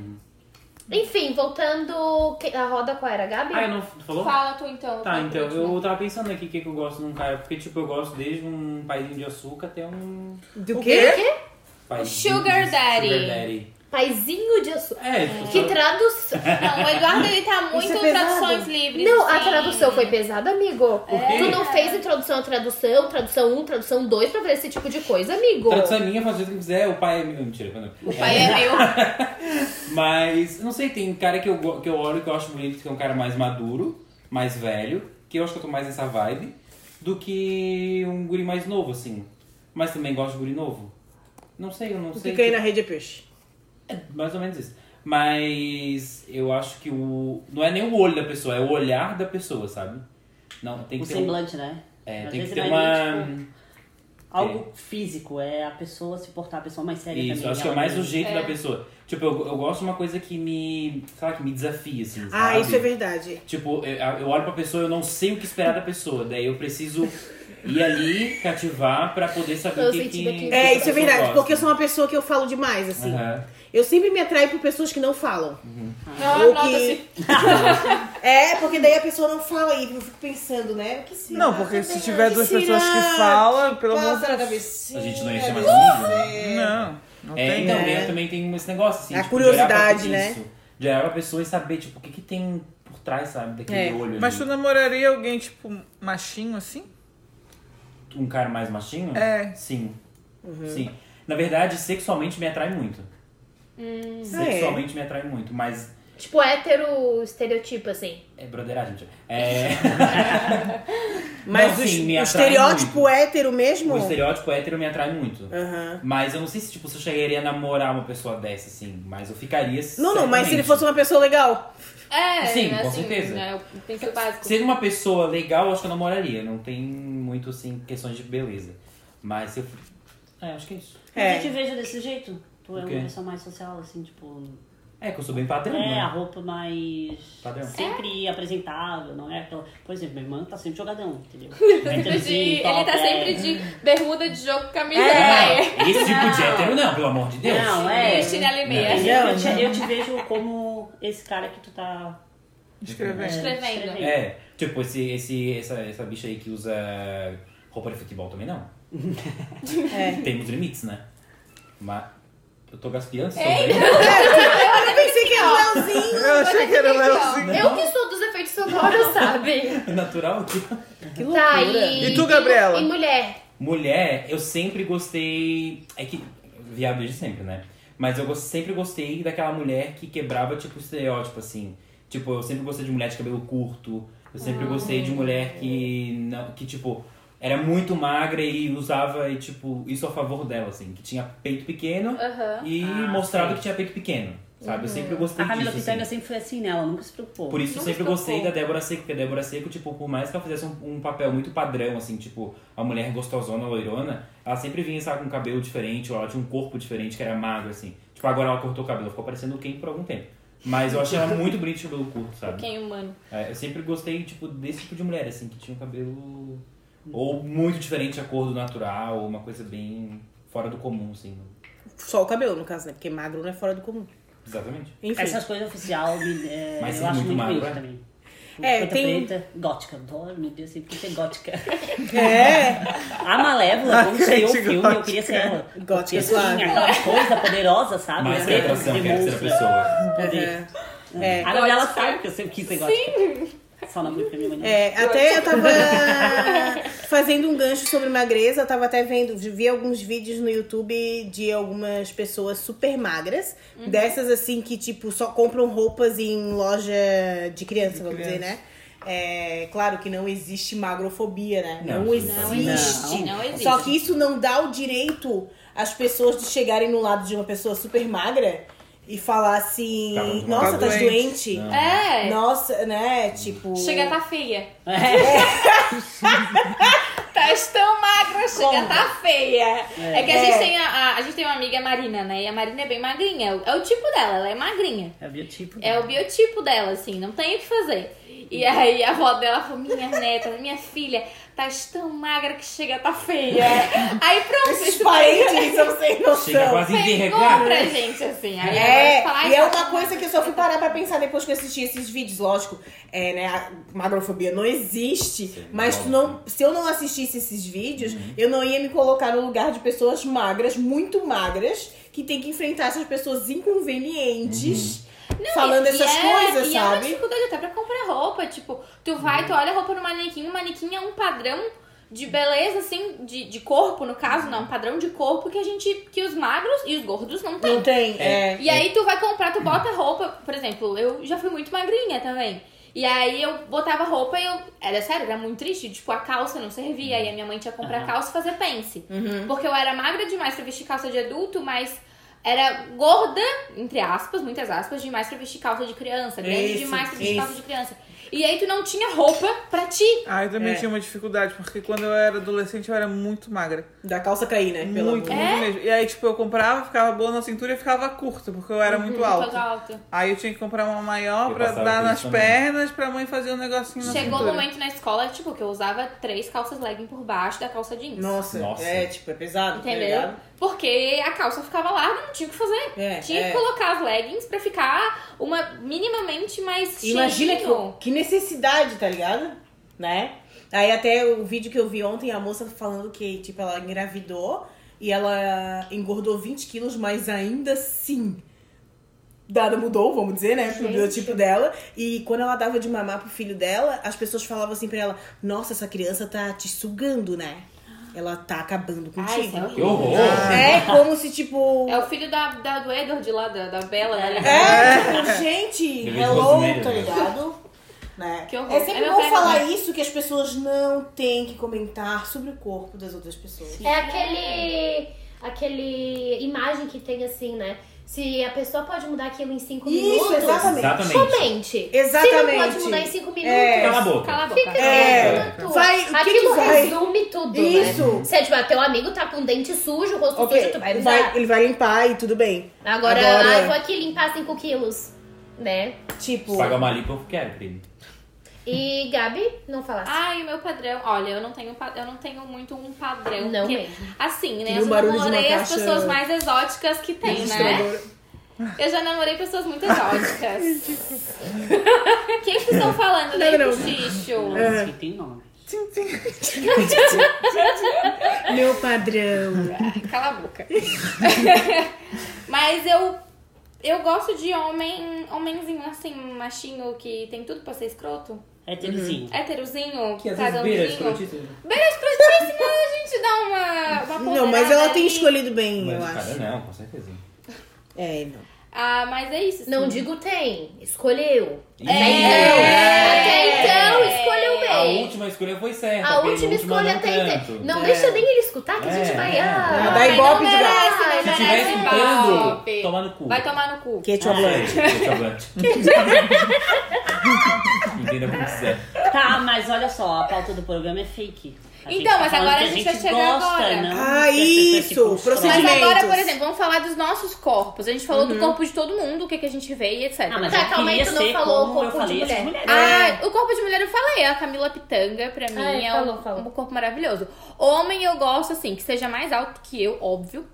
Enfim, voltando. que- A roda qual era, Gabi?
Ah, eu não tu falou?
Fala tu então.
Tá,
fala
então
tu, último.
eu tava pensando aqui o que, que eu gosto num cara, porque tipo, eu gosto desde um paizinho de açúcar até um
Do
O
quê?
paizinho
Sugar
de
daddy.
Sugar daddy.
Paizinho de açúcar.
É, tipo,
Que
só-
tradução.
Não, o Eduardo ele tá muito
é pesado.
traduções livres.
Não, a
assim.
tradução foi pesada, amigo.
É.
quê?
Tu não fez introdução à tradução, tradução 1, tradução 2 pra fazer esse tipo de coisa, amigo.
Tradução é minha, faz o jeito que quiser, o pai é meu. Mentira, quando
O pai é meu.
Mas, não sei, tem cara que eu, go- que eu olho que eu acho bonito, que é um cara mais maduro, mais velho, que eu acho que eu tô mais nessa vibe, do que um guri mais novo, assim. Mas também gosto de guri novo. Não sei, eu não sei.
Fiquei na rede é peixe.
Mais ou menos isso. Mas eu acho que o. Não é nem o olho da pessoa, é o olhar da pessoa, sabe? Não, tem
O
que ter. um-
semblante, né?
É, tem
Às
que
vezes
ter
não é
uma.
nem, tipo, Algo físico, é a pessoa se portar, a pessoa mais séria
Isso,
também.
acho
um
que é
ela
mais o
não-
jeito da pessoa. Tipo, eu, eu gosto de uma coisa que me. Sei lá, que me desafia, assim.
Ah,
sabe?
isso é verdade.
Tipo, eu, eu olho pra pessoa, eu não sei o que esperar da pessoa. Daí eu preciso E ali cativar pra poder saber
Eu
o que,
senti
que
daqui.
que
É, isso é
pessoa
verdade,
gosta.
porque eu sou uma pessoa que eu falo demais, assim.
Aham.
Eu sempre me atraio por pessoas que não falam.
Ah,
Ou
nota-se.
assim.
que... é, porque daí a pessoa não fala e eu fico pensando, né? O que será?
Não, porque se tiver duas
Será?
pessoas que falam,
tipo,
pelo amor de
Passa na
Deus.
cabecinha.
A gente não ia chamar
Deus.
de amigo, né?
Não, não
É,
tem.
então,
né?
eu também tem esse negócio, assim.
A
tipo, de olhar pra-
curiosidade, né?
isso, De olhar pra pessoa e saber, tipo, o que que tem por trás, sabe, daquele
É,
olho
Mas tu
ali.
namoraria alguém, tipo, machinho assim?
Um cara mais machinho?
É.
Sim.
Uhum.
Sim. Na verdade, sexualmente me atrai muito. Sexualmente me atrai muito, mas...
Tipo, hétero estereotipo, assim.
É broderagem, gente. É...
Mas
Não, sim,
o, es-
assim, me
o
atrai
estereótipo
muito.
hétero mesmo?
O estereótipo hétero me atrai muito.
Aham.
Mas eu não sei se, tipo, se eu chegaria a namorar uma pessoa dessa, assim. Mas eu ficaria.
Não, não, mas se ele
certamente.
fosse uma pessoa legal.
É,
Sim,
né,
com
assim,
certeza.
Né, o princípio
um
básico.
Sendo uma pessoa legal, eu acho que eu namoraria. Não tem muito, assim, questões de beleza. Mas eu. É, acho que é isso.
Mas
É.
eu te vejo desse jeito. Tu é
quê?
uma pessoa mais social, assim, tipo.
É que eu sou bem padrão.
É, a
né?
roupa mais.
Padrão.
Sempre apresentável, não é aquela. Por exemplo, minha irmã tá sempre jogadão, entendeu?
Sempre de-
Héterozinho,
ele
top,
tá
é.
sempre de bermuda de jogo, camisa
Não,
é.
Esse tipo de hétero não, pelo amor de Deus.
Não,
e
é.
chinelo e meia.
Entendeu? Eu te, eu te vejo como esse cara que tu tá. é,
Escrevendo.
Escrevendo.
É, tipo, esse, esse, essa, essa bicha aí que usa roupa de futebol também não.
É.
Temos limites, né? Mas. Eu tô gaspiando sobre
Eu pensei que era o Leozinho.
Eu achei que era assim. Leozinho.
Eu que sou dos efeitos sonoros, sabe?
Natural aqui.
Que
Tá,
loucura.
e...
E tu, Gabriela?
E mulher.
Mulher, eu sempre gostei. É que. Viado desde sempre, né? Mas eu gos- sempre gostei daquela mulher que quebrava, tipo, estereótipo, assim. Tipo, eu sempre gostei de mulher de cabelo curto. Eu sempre gostei
Ah.
de mulher que. Não, que, tipo, era muito magra e usava, e, tipo, isso a favor dela, assim. Que tinha peito pequeno
Aham.
e
Ah,
mostrava
sim. Uhum.
que tinha peito pequeno. Sabe? Eu sempre gostei
A Camila
disso. assim.
Pitanga sempre foi assim, né? Ela nunca se preocupou.
Por isso eu
Nunca
sempre
ficou
gostei
bom.
da Débora Seco, porque a Débora Seco, tipo, por mais que ela fizesse um, um papel muito padrão, assim, tipo, a mulher gostosona, loirona, ela sempre vinha, sabe, com um cabelo diferente, ou ela tinha um corpo diferente, que era magro, assim. Tipo, agora ela cortou o cabelo, ficou parecendo o Ken por algum tempo. Mas eu achei ela muito bonita de cabelo curto, sabe?
Quem humano?
É, eu sempre gostei, tipo, desse tipo de mulher, assim, que tinha um cabelo ou muito diferente a cor do natural, ou uma coisa bem fora do comum, assim.
Só o cabelo, no caso, né? Porque magro não é fora do comum.
Exatamente.
Enfim.
Essas coisas oficial me, é,
Mas
eu
sim,
acho
muito
muito
magro,
bonito
é?
também.
É,
Preta,
um
tem-
preta, gótica. Adoro, meu Deus, sempre que ser gótica.
É.
A Malévola, quando estreou o
gente,
filme,
gótica.
eu queria ser ela.
Gótica,
Porque
assim,
claro.
tinha aquela coisa poderosa, sabe?
Ah, Mas é que
Preta,
atração que era terceira
demonstra
pessoa.
poder.
É.
A Gabriela sabe que eu sempre quis ser gótica. Só na música minha mãe. não.
É, até eu tava fazendo um gancho sobre magreza, eu tava até vendo, vi alguns vídeos no YouTube de algumas pessoas super magras, dessas assim que tipo só compram roupas em loja de criança,
De
vamos dizer,
criança.
né? É, claro que não existe magrofobia, né?
Não,
Não,
não
existe.
existe.
Não existe.
Só que isso não dá o direito às pessoas de chegarem no lado de uma pessoa super magra e falar assim:
Tá muito
nossa,
magra.
tá
Tá
doente.
Não.
É.
Nossa, né? Tipo.
Chega a tá feia.
É.
Tá tão magra, chega a tá feia. É, que a
É.
gente tem a, a- a gente tem uma amiga a Marina, né? E a Marina é bem magrinha. É o, é o tipo dela, ela é magrinha.
É o biotipo.
É o biotipo dela, assim, não tem o que fazer. E aí a avó dela falou: minha neta, minha filha, tá tão magra que chega a tá feia. aí pronto,
Esses
isso
parentes são sem
Chega
noção.
quase a
pegou
envergar.
pra gente, assim. Aí
É,
agora a gente fala, "Ai,
e é
tá
uma coisa que eu só fui parar pra pensar depois que eu assisti esses vídeos, lógico, é, né, a magrofobia não existe,
Sim, Uhum.
mas tu
óbvio.
não, se eu não assistisse esses vídeos, eu não ia me colocar no lugar de pessoas magras, muito magras, que tem que enfrentar essas pessoas inconvenientes,
Uhum.
falando
E- e
essas
é-
coisas,
e é uma
sabe?
dificuldade até pra comprar roupa. Tipo, tu vai, tu olha a roupa no manequim, o manequim é um padrão de beleza, assim, de, de corpo, no caso, não, um padrão de corpo que a gente. que os magros e os gordos não têm.
Não tem, é.
E aí tu vai comprar, tu bota roupa, por exemplo, eu já fui muito magrinha também. E aí eu botava roupa e eu. Era sério, era muito triste. Tipo, a calça não servia. Aí a minha mãe tinha que comprar
Aham.
calça e fazer pence. Porque eu era magra demais pra vestir calça de adulto, mas era gorda, entre aspas, muitas aspas, demais pra vestir calça de criança. Grande
Isso,
demais pra vestir
isso.
calça de criança.
E aí tu não tinha roupa pra ti.
Ah, eu também
É.
tinha uma dificuldade, porque quando eu era adolescente eu era muito magra.
Da calça cair, né? Pelo
muito, muito
É
amor.
mesmo. E aí, tipo, eu comprava, ficava boa na cintura e ficava curta, porque eu
Uhum,
era muito
Toda
alta.
alta.
Aí eu tinha que comprar uma maior
Eu
pra
passava
dar
por
nas
isso também.
pernas pra mãe fazer um negocinho na
Chegou o
cintura.
momento na escola, tipo, que eu usava três calças legging por baixo da calça jeans.
Nossa,
Nossa.
é tipo, é pesado. tá
Entendeu?
ligado?
Porque a calça ficava larga, não tinha o que fazer.
É,
Tinha que
é.
colocar as leggings pra ficar uma minimamente mais
Imagina que,
cheinho.
que necessidade, tá ligado? Né? Aí até o vídeo que eu vi ontem, a moça falando que, tipo, ela engravidou e ela engordou 20 quilos, mas ainda assim. Dada mudou, vamos dizer, né? Pro
Gente.
biotipo dela. E quando ela dava de mamar pro filho dela, as pessoas falavam assim pra ela: Nossa, essa criança tá te sugando, né? Ela tá acabando
Ai, isso é
contigo.
Que horror!
é como se, tipo.
É o filho da, da- do Edward lá, da, da Bela, né?
É, tipo, gente,
Beleza,
hello,
Rosemary,
tá
né?
ligado? Né?
Que horror.
é
É
sempre
meu
bom
prego,
falar
né?
isso, que as pessoas não têm que comentar sobre o corpo das outras pessoas.
É aquele. aquele imagem que tem assim, né? Se a pessoa pode mudar aquilo em cinco
Isso,
minutos.
exatamente.
Exatamente.
Comente. Se não
Exatamente.
pode mudar em cinco minutos,
É.
Cala a boca.
Cala a boca.
fica
É.
na tua.
Vai, o que
Aquilo
que vai?
resume tudo.
Isso.
Né? Se é tipo, ah, teu amigo tá com dente sujo, o rosto
Ok,
sujo, tu vai
ele
mudar.
vai, ele vai limpar e tudo bem.
Agora,
Agora-
ah, eu vou aqui limpar 5 quilos, né?
Tipo,
Paga uma lipo, eu quero, querido.
E Gabi, não assim. falasse.
Ah,
Ai, o meu padrão. Olha, eu não tenho, pa- eu não tenho muito um padrão.
não é.
porque-
mesmo.
Assim, né?
Queria
Eu
um
já
barulho de uma
namorei as
caixa-
pessoas mais exóticas que tem, né?
ilustradora.
Eu já namorei pessoas muito exóticas. Quem que estão falando, né?
Não, É, não.
Cochicho.
Mas que tem nome.
Meu padrão.
Cala a boca. Mas eu eu gosto de homem, homenzinho assim, machinho que tem tudo pra ser escroto.
É telezinho.
Héterozinho,
Que às vezes beira as
padrãozinho.
crotitas.
Beira escrotíssima, a gente dá uma, uma né?
Não, mas ela
ponderada
tem
ali.
escolhido bem,
Mas
eu
o cara
acho.
não, com certeza.
É, não.
Ah, mas é isso. assim.
Não digo tem, escolheu.
É.
Até então, escolheu
A
bem.
última é escolha foi certa.
A,
porque
última escolha
não
até
tanto.
então. Não
É.
deixa nem ele escutar que a gente
É,
vai.
é.
Ah,
Não, dá
Ai, não
ibope de
merece,
graça.
não
Se
merece
tivesse entrando,
ibope.
tomar no cu.
Vai tomar no cu.
Ah,
Kate Blanche.
Entenda como quiser.
Uhum.
Tá, mas olha só, a pauta do programa é fake. A gente
Então,
tá
mas
falando
agora
que
a gente vai chegar
gosta,
agora.
não
Ah,
que as pessoas se
isso,
constroem.
procedimento.
Mas
Sim.
agora, por
Alimentos.
exemplo, vamos falar dos nossos corpos. A gente falou
Uhum.
do corpo de todo mundo, o que, que a gente vê e etc.
Ah, mas
Tá,
eu
calma aí,
queria
tu não
ser
falou
como
corpo
eu
de
falei essas
mulher.
mulheres.
Ah, o corpo de mulher eu falei, a Camila Pitanga, pra mim,
Ai,
é
falou,
um,
falou.
um corpo maravilhoso. Homem, eu gosto, assim, que seja mais alto que eu, óbvio.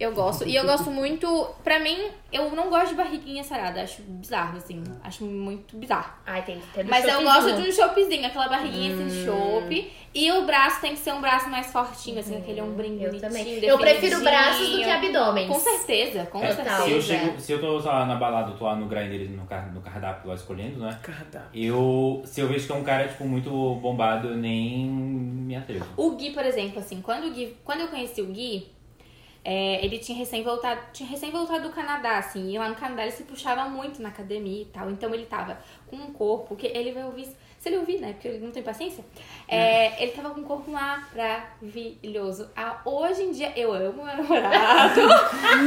Eu gosto. E eu gosto muito. Pra mim, eu não gosto de barriguinha sarada. Acho bizarro, assim. Acho muito bizarro.
Ai, tem que ter
Mas eu
É chopezinho. Hum.
gosto de um chopezinho, aquela barriguinha assim de chope. E o braço tem que ser um braço mais fortinho, assim, aquele ombrinho
Hum, Eu
bonitinho.
também. Eu prefiro
definidinho.
braços do que abdômen.
Com certeza, com
É,
certeza.
se,
Total.
eu chego, se eu tô sei lá, na balada, eu tô lá no grinder, no, car- no cardápio lá escolhendo, né?
Cardápio.
Eu, se eu vejo que é um cara, tipo, muito bombado, eu nem me atrevo.
O Gui, por exemplo, assim, quando, o Gui, quando eu conheci o Gui, é, ele tinha recém voltado, tinha recém voltado do Canadá, assim, e lá no Canadá ele se puxava muito na academia e tal. Então ele tava com um corpo que ele vai ouvir. Se ele ouvir, né? Porque ele não tem paciência. É, Ele tava com um corpo maravilhoso. Ah, hoje em dia eu amo meu namorado.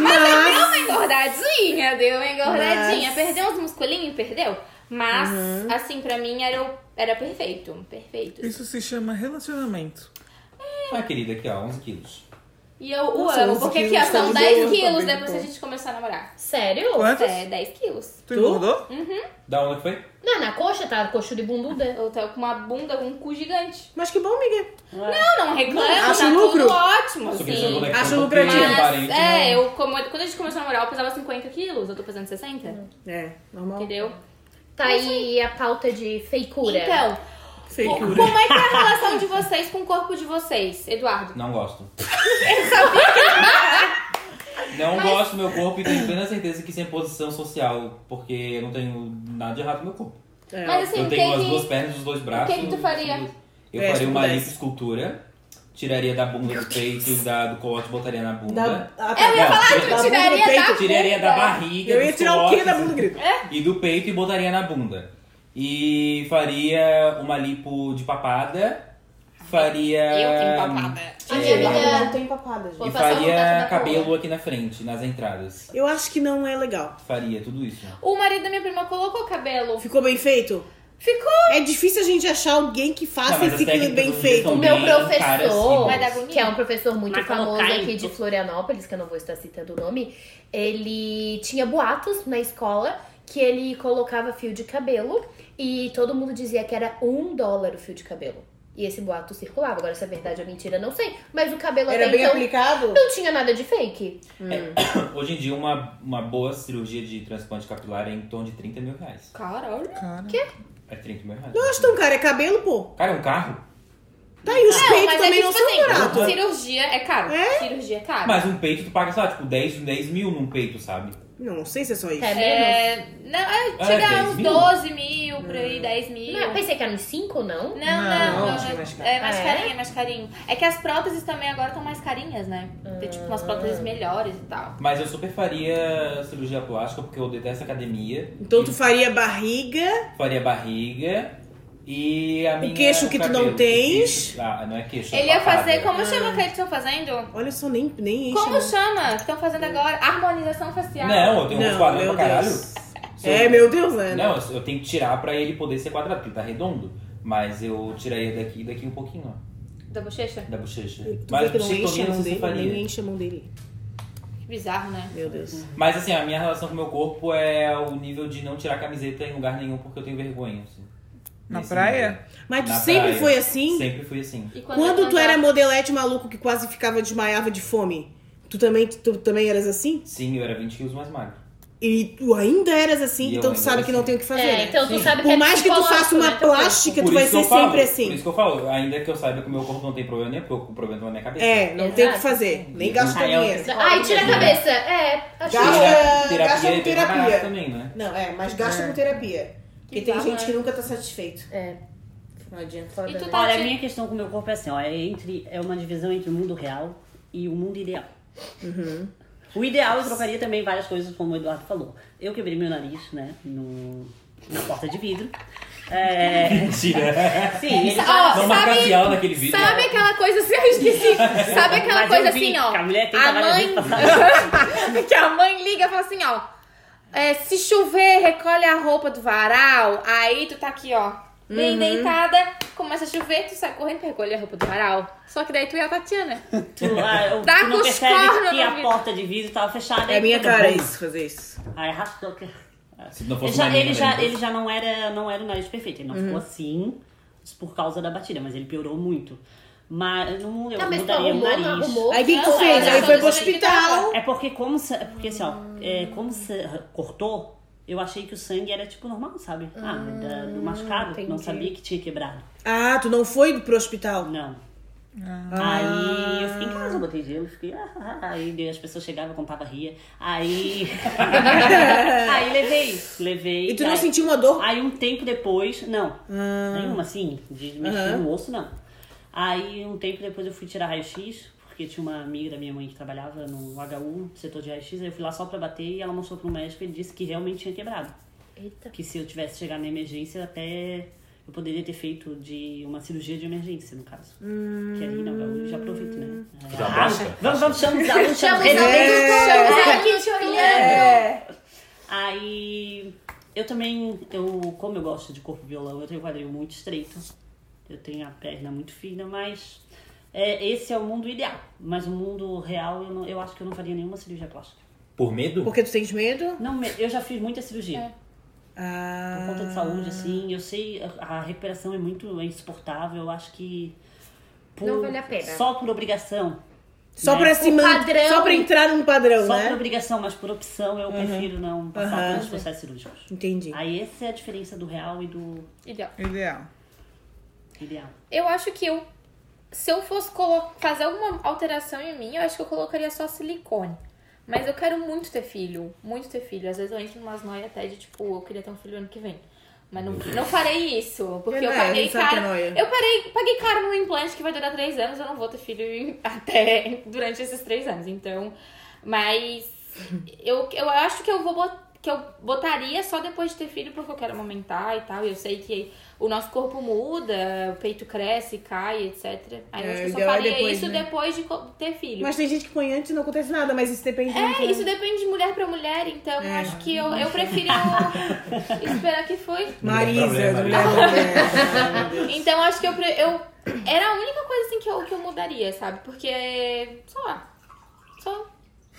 Mas,
deu uma engordadinha, deu uma engordadinha.
Mas-
Perdeu uns musculinhos, perdeu. Mas, assim, pra mim era, o- era perfeito. Perfeito.
Isso se chama relacionamento.
Ah, querida, aqui, ó, 11 quilos.
E eu o
Nossa,
amo,
11
porque aqui ó,
quilos,
são
tá
10
gordo,
quilos
tá bem
depois que a
gordo.
gente começou a namorar.
Sério?
Quantos?
É, 10 quilos.
Tu engordou?
Hum.
Da onde foi?
Não, na coxa tá coxa de bunduda.
Eu tô com uma bunda com um cu gigante.
mas que bom, amiga.
Eu não reclamo,
Acho
tá
lucro.
tudo ótimo,
Nossa, que
assim.
moleque
Acho
tão
lucrativo.
pequeno,
Mas,
parente, né?
é,
não.
eu, como, quando a gente começou a namorar, eu pesava 50 quilos, eu tô pesando 60,
É, normal.
entendeu?
Tá aí a pauta de feitura.
Então, co-
Feitura.
como é que é a relação de vocês com o corpo de vocês, Eduardo?
Não gosto. Não gosto do meu corpo e tenho plena certeza que isso é posição social, porque eu não tenho nada de errado no meu corpo.
É.
Mas assim,
eu
o
tenho
que
as
que-
duas pernas, os dois braços.
que que tu faria?
Eu
É, se
faria uma
pudesse.
lipo escultura, tiraria da bunda do peito, da, do corte, botaria na bunda.
Da- ah, tá.
Eu ia
Não,
falar que
tira-
da
eu
bunda do
tiraria da
peito.
bunda.
Tiraria da barriga,
Eu ia
dos
tirar o quê da
costes
bunda, grito?
E do peito e botaria na bunda. E faria uma lipo de papada. Faria.
Eu tenho papada.
A minha
É.
amiga-
Não tem papada, gente.
Vou
E
passar vontade
faria
da
cabelo
porra.
aqui na frente, nas entradas.
Eu acho que não é legal.
Faria tudo isso.
O marido da minha prima colocou cabelo.
Ficou bem feito?
Ficou
É difícil a gente achar alguém que
Tá,
faça
mas as
esse clipe
técnicas
bem
hoje
feito.
estão
Meu
bem caras,
professor,
assim,
Vai dar agonia.
que é um professor muito
Vai colocar
famoso
em
aqui de
tudo.
Florianópolis, que eu não vou estar citando o nome, ele tinha boatos na escola que ele colocava fio de cabelo e todo mundo dizia que era um dólar o fio de cabelo. E esse boato circulava. Agora, se é verdade ou mentira, não sei. Mas o cabelo
Era
até
bem
um-
então
aplicado?
não tinha nada de fake.
Hoje em dia, uma, uma boa cirurgia de transplante capilar é em torno de 30 mil reais.
Caralho.
Cara.
É 30 mil reais.
Não acho tão caro, é cabelo, pô.
Cara, é um carro?
Tá, e os
Não,
peitos
mas é
também
que,
não
tipo
são baratos.
assim, cirurgia é caro. Cirurgia é caro.
Mas um peito tu paga, sei lá, tipo 10, 10 mil num peito, sabe?
Não, não sei se é só isso.
É menos.
É, não, é,
Ah,
chega a
10
uns
mil?
12 mil, por aí, 10 mil.
Não, eu
é
pensei que era uns cinco, não?
Não,
Não,
não, não,
acho que é mais
não.
caro.
É mais
Ah, é?
carinho, é mais carinho. É que as próteses também agora estão mais carinhas, né? Tem tipo umas próteses
Ah.
melhores e tal.
Mas eu super faria cirurgia plástica, porque eu detesto academia.
Então tu faria barriga,
Faria barriga e a minha...
queixo que tu não
cabelo.
tens.
Ah, não é queixo. é
Ele ia
papada.
fazer, como chama que eles estão fazendo?
olha só, nem, nem enche.
Como
né?
chama? Que estão fazendo agora? Harmonização facial.
Não, eu tenho um
Não,
quadro
meu
pra caralho.
Deus.
assim?
Se eu-
É, meu Deus, né?
Não, eu- eu tenho que tirar pra ele poder ser quadrado, porque ele tá redondo. Mas eu tiraria daqui e daqui um pouquinho, ó.
Da bochecha?
Da bochecha.
Tu
Mas
vê que não enche a
não
mão
se
dele, né?
faria.
nem enche a mão dele.
Que bizarro, né?
Meu Deus.
Mas assim, a minha relação com o meu corpo é o nível de não tirar camiseta em lugar nenhum porque eu tenho vergonha. assim.
Na
Nesse
praia?
Mas tu
Na
sempre
praia.
foi
nível.
assim?
Sempre fui assim.
E
Quando tu
transava?
era modelete maluco que quase ficava, desmaiava de fome, tu também, tu também eras assim?
Sim, eu era 20 quilos mais magro.
E tu ainda eras assim,
E eu
então tu
ainda
sabe
era
que não
assim.
tem o que fazer.
É,
né?
então tu
Sim.
sabe que é
Por mais que tu faça
psicológico, né,
uma
teu corpo.
plástica, tu
Por
vai
isso que
ser
eu falo,
sempre
Por isso
assim.
que eu falo, ainda que eu saiba que o meu corpo não tem problema nenhum, porque o problema tá na minha cabeça.
É, não tem o que
Exato.
fazer. Nem gasta
Ah, é o que
dinheiro.
você
Ai, tira a
Sim.
cabeça. É, acho
Gasta-
que...
Terapia,
gasta
terapia, é
com
bem mais barato
terapia.
também, né?
Não, é, mas gasta com terapia. Porque
Que
tem
barra,
gente que
né?
nunca tá satisfeito.
É.
Não adianta.
E tu tá
Olha, a
te-
minha questão com o meu corpo é assim, ó, é, entre, é uma divisão entre o mundo real e o mundo ideal.
Uhum.
O ideal eu trocaria também várias coisas, como o Eduardo falou. Eu quebrei meu nariz, né, no, na porta de vidro. É,
Mentira.
sim, ele assim,
Ó,
Não marca as aulas naquele vídeo.
Sabe aquela coisa assim, eu esqueci. Sabe aquela
Mas
coisa
eu vi
assim, ó.
que a mulher tenta
a
várias
mãe.
vezes
que a mãe liga e fala assim, ó. é, se chover, recolhe a roupa do varal. Aí tu tá aqui, ó.
Uhum.
Bem deitada, começa a chover, tu sai correndo e recolhe a roupa do varal. Só que daí tu é a Tatiana.
Tu, ah, eu-
Dá
tu não
com os cornos
percebe que
no
a
vidro.
porta de vidro tava fechada.
É
aí
minha
tudo
cara
Tá bom.
isso, fazer isso.
Aí rastou. que-
Se não
Ele
fosse
já,
magrinho,
ele,
né?
já, ele já não era, não era o nariz perfeito. Ele não ficou assim por causa da batida, mas ele piorou muito. Mas eu não, eu
Tá, mas tu
mudaria o
arrumou,
nariz.
não arrumou.
Aí o que, que
Não,
tu fez?
é,
Aí
já
foi
tô
pro
desacreditada.
hospital.
É porque como se, é porque assim, ó, é, como se cortou, eu achei que o sangue era tipo normal, sabe? Ah, da- do machucado, não
entendi.
sabia que tinha quebrado.
Ah, tu não foi pro hospital?
Não. Aí eu fiquei em casa, botei gelo, fiquei. ah, ah, ah. aí daí as pessoas chegavam, contava ria. Aí. aí levei. Levei.
E tu não
aí-
sentiu uma dor?
Aí um tempo depois, não.
Ah.
Nenhuma, assim, de mexer
Aham.
no osso, não. Aí um tempo depois eu fui tirar raio-x, porque tinha uma amiga da minha mãe que trabalhava no HU, setor de raio-x, aí eu fui lá só pra bater e ela mostrou pro médico e ele disse que realmente tinha quebrado.
Eita.
Que se eu tivesse chegado na emergência, até eu poderia ter feito de uma cirurgia de emergência, no caso. Que ali na HU já aproveito, né?
Já
Ah,
basta?
vamos, vamos, chamamos a luz,
Chama
chamamos
os amigos,
a
chama É. os amigos, chama
É.
Aí eu também, eu, como eu gosto de corpo violão, eu tenho o quadril muito estreito. Eu tenho a perna muito fina, mas é, esse é o mundo ideal. Mas o mundo real, eu, não- eu acho que eu não faria nenhuma cirurgia plástica.
Por medo?
Porque tu tens medo?
Não, me- eu já fiz muita cirurgia.
É.
Ah.
Por conta de saúde, assim, eu sei, a- a recuperação é muito é insuportável. Eu acho que. por-
Não vale a pena.
Só por obrigação.
Só
né?
pra se
O
man-
padrão-
Só pra entrar num padrão,
Só por
né?
obrigação, mas por opção eu prefiro não passar
Uhum.
pelos processos cirúrgicos.
Entendi.
Aí essa é a diferença do real e do
Ideal.
Ideal.
ideal.
Eu acho que eu. Se eu fosse colo- fazer alguma alteração em mim, eu acho que eu colocaria só silicone. Mas eu quero muito ter filho. Muito ter filho. Às vezes eu entro em umas noias até de tipo, eu queria ter um filho ano que vem. Mas não, não farei isso. Porque
É,
eu
né? A
paguei
gente sabe que é
caro.
nóia.
Eu parei, paguei caro no implante que vai durar três anos. Eu não vou ter filho em- até durante esses três anos. Então. Mas eu, eu acho que eu vou botar. que eu botaria só depois de ter filho, porque eu quero amamentar e tal. E eu sei que o nosso corpo muda, o peito cresce, cai, etc. Aí eu
É,
acho que eu só
ideal é
faria
depois,
isso
né?
depois de co- ter filho.
Mas tem gente que põe antes e não acontece nada, mas isso depende muito.
É,
né?
isso depende de mulher pra mulher, então eu
É.
acho que eu, eu prefiro esperar que foi.
Marisa,
Problema,
do
né?
Marisa.
Mulher Mulher.
Então acho que eu, pre- eu. Era a única coisa assim que eu, que eu mudaria, sabe? Porque. sei lá. Só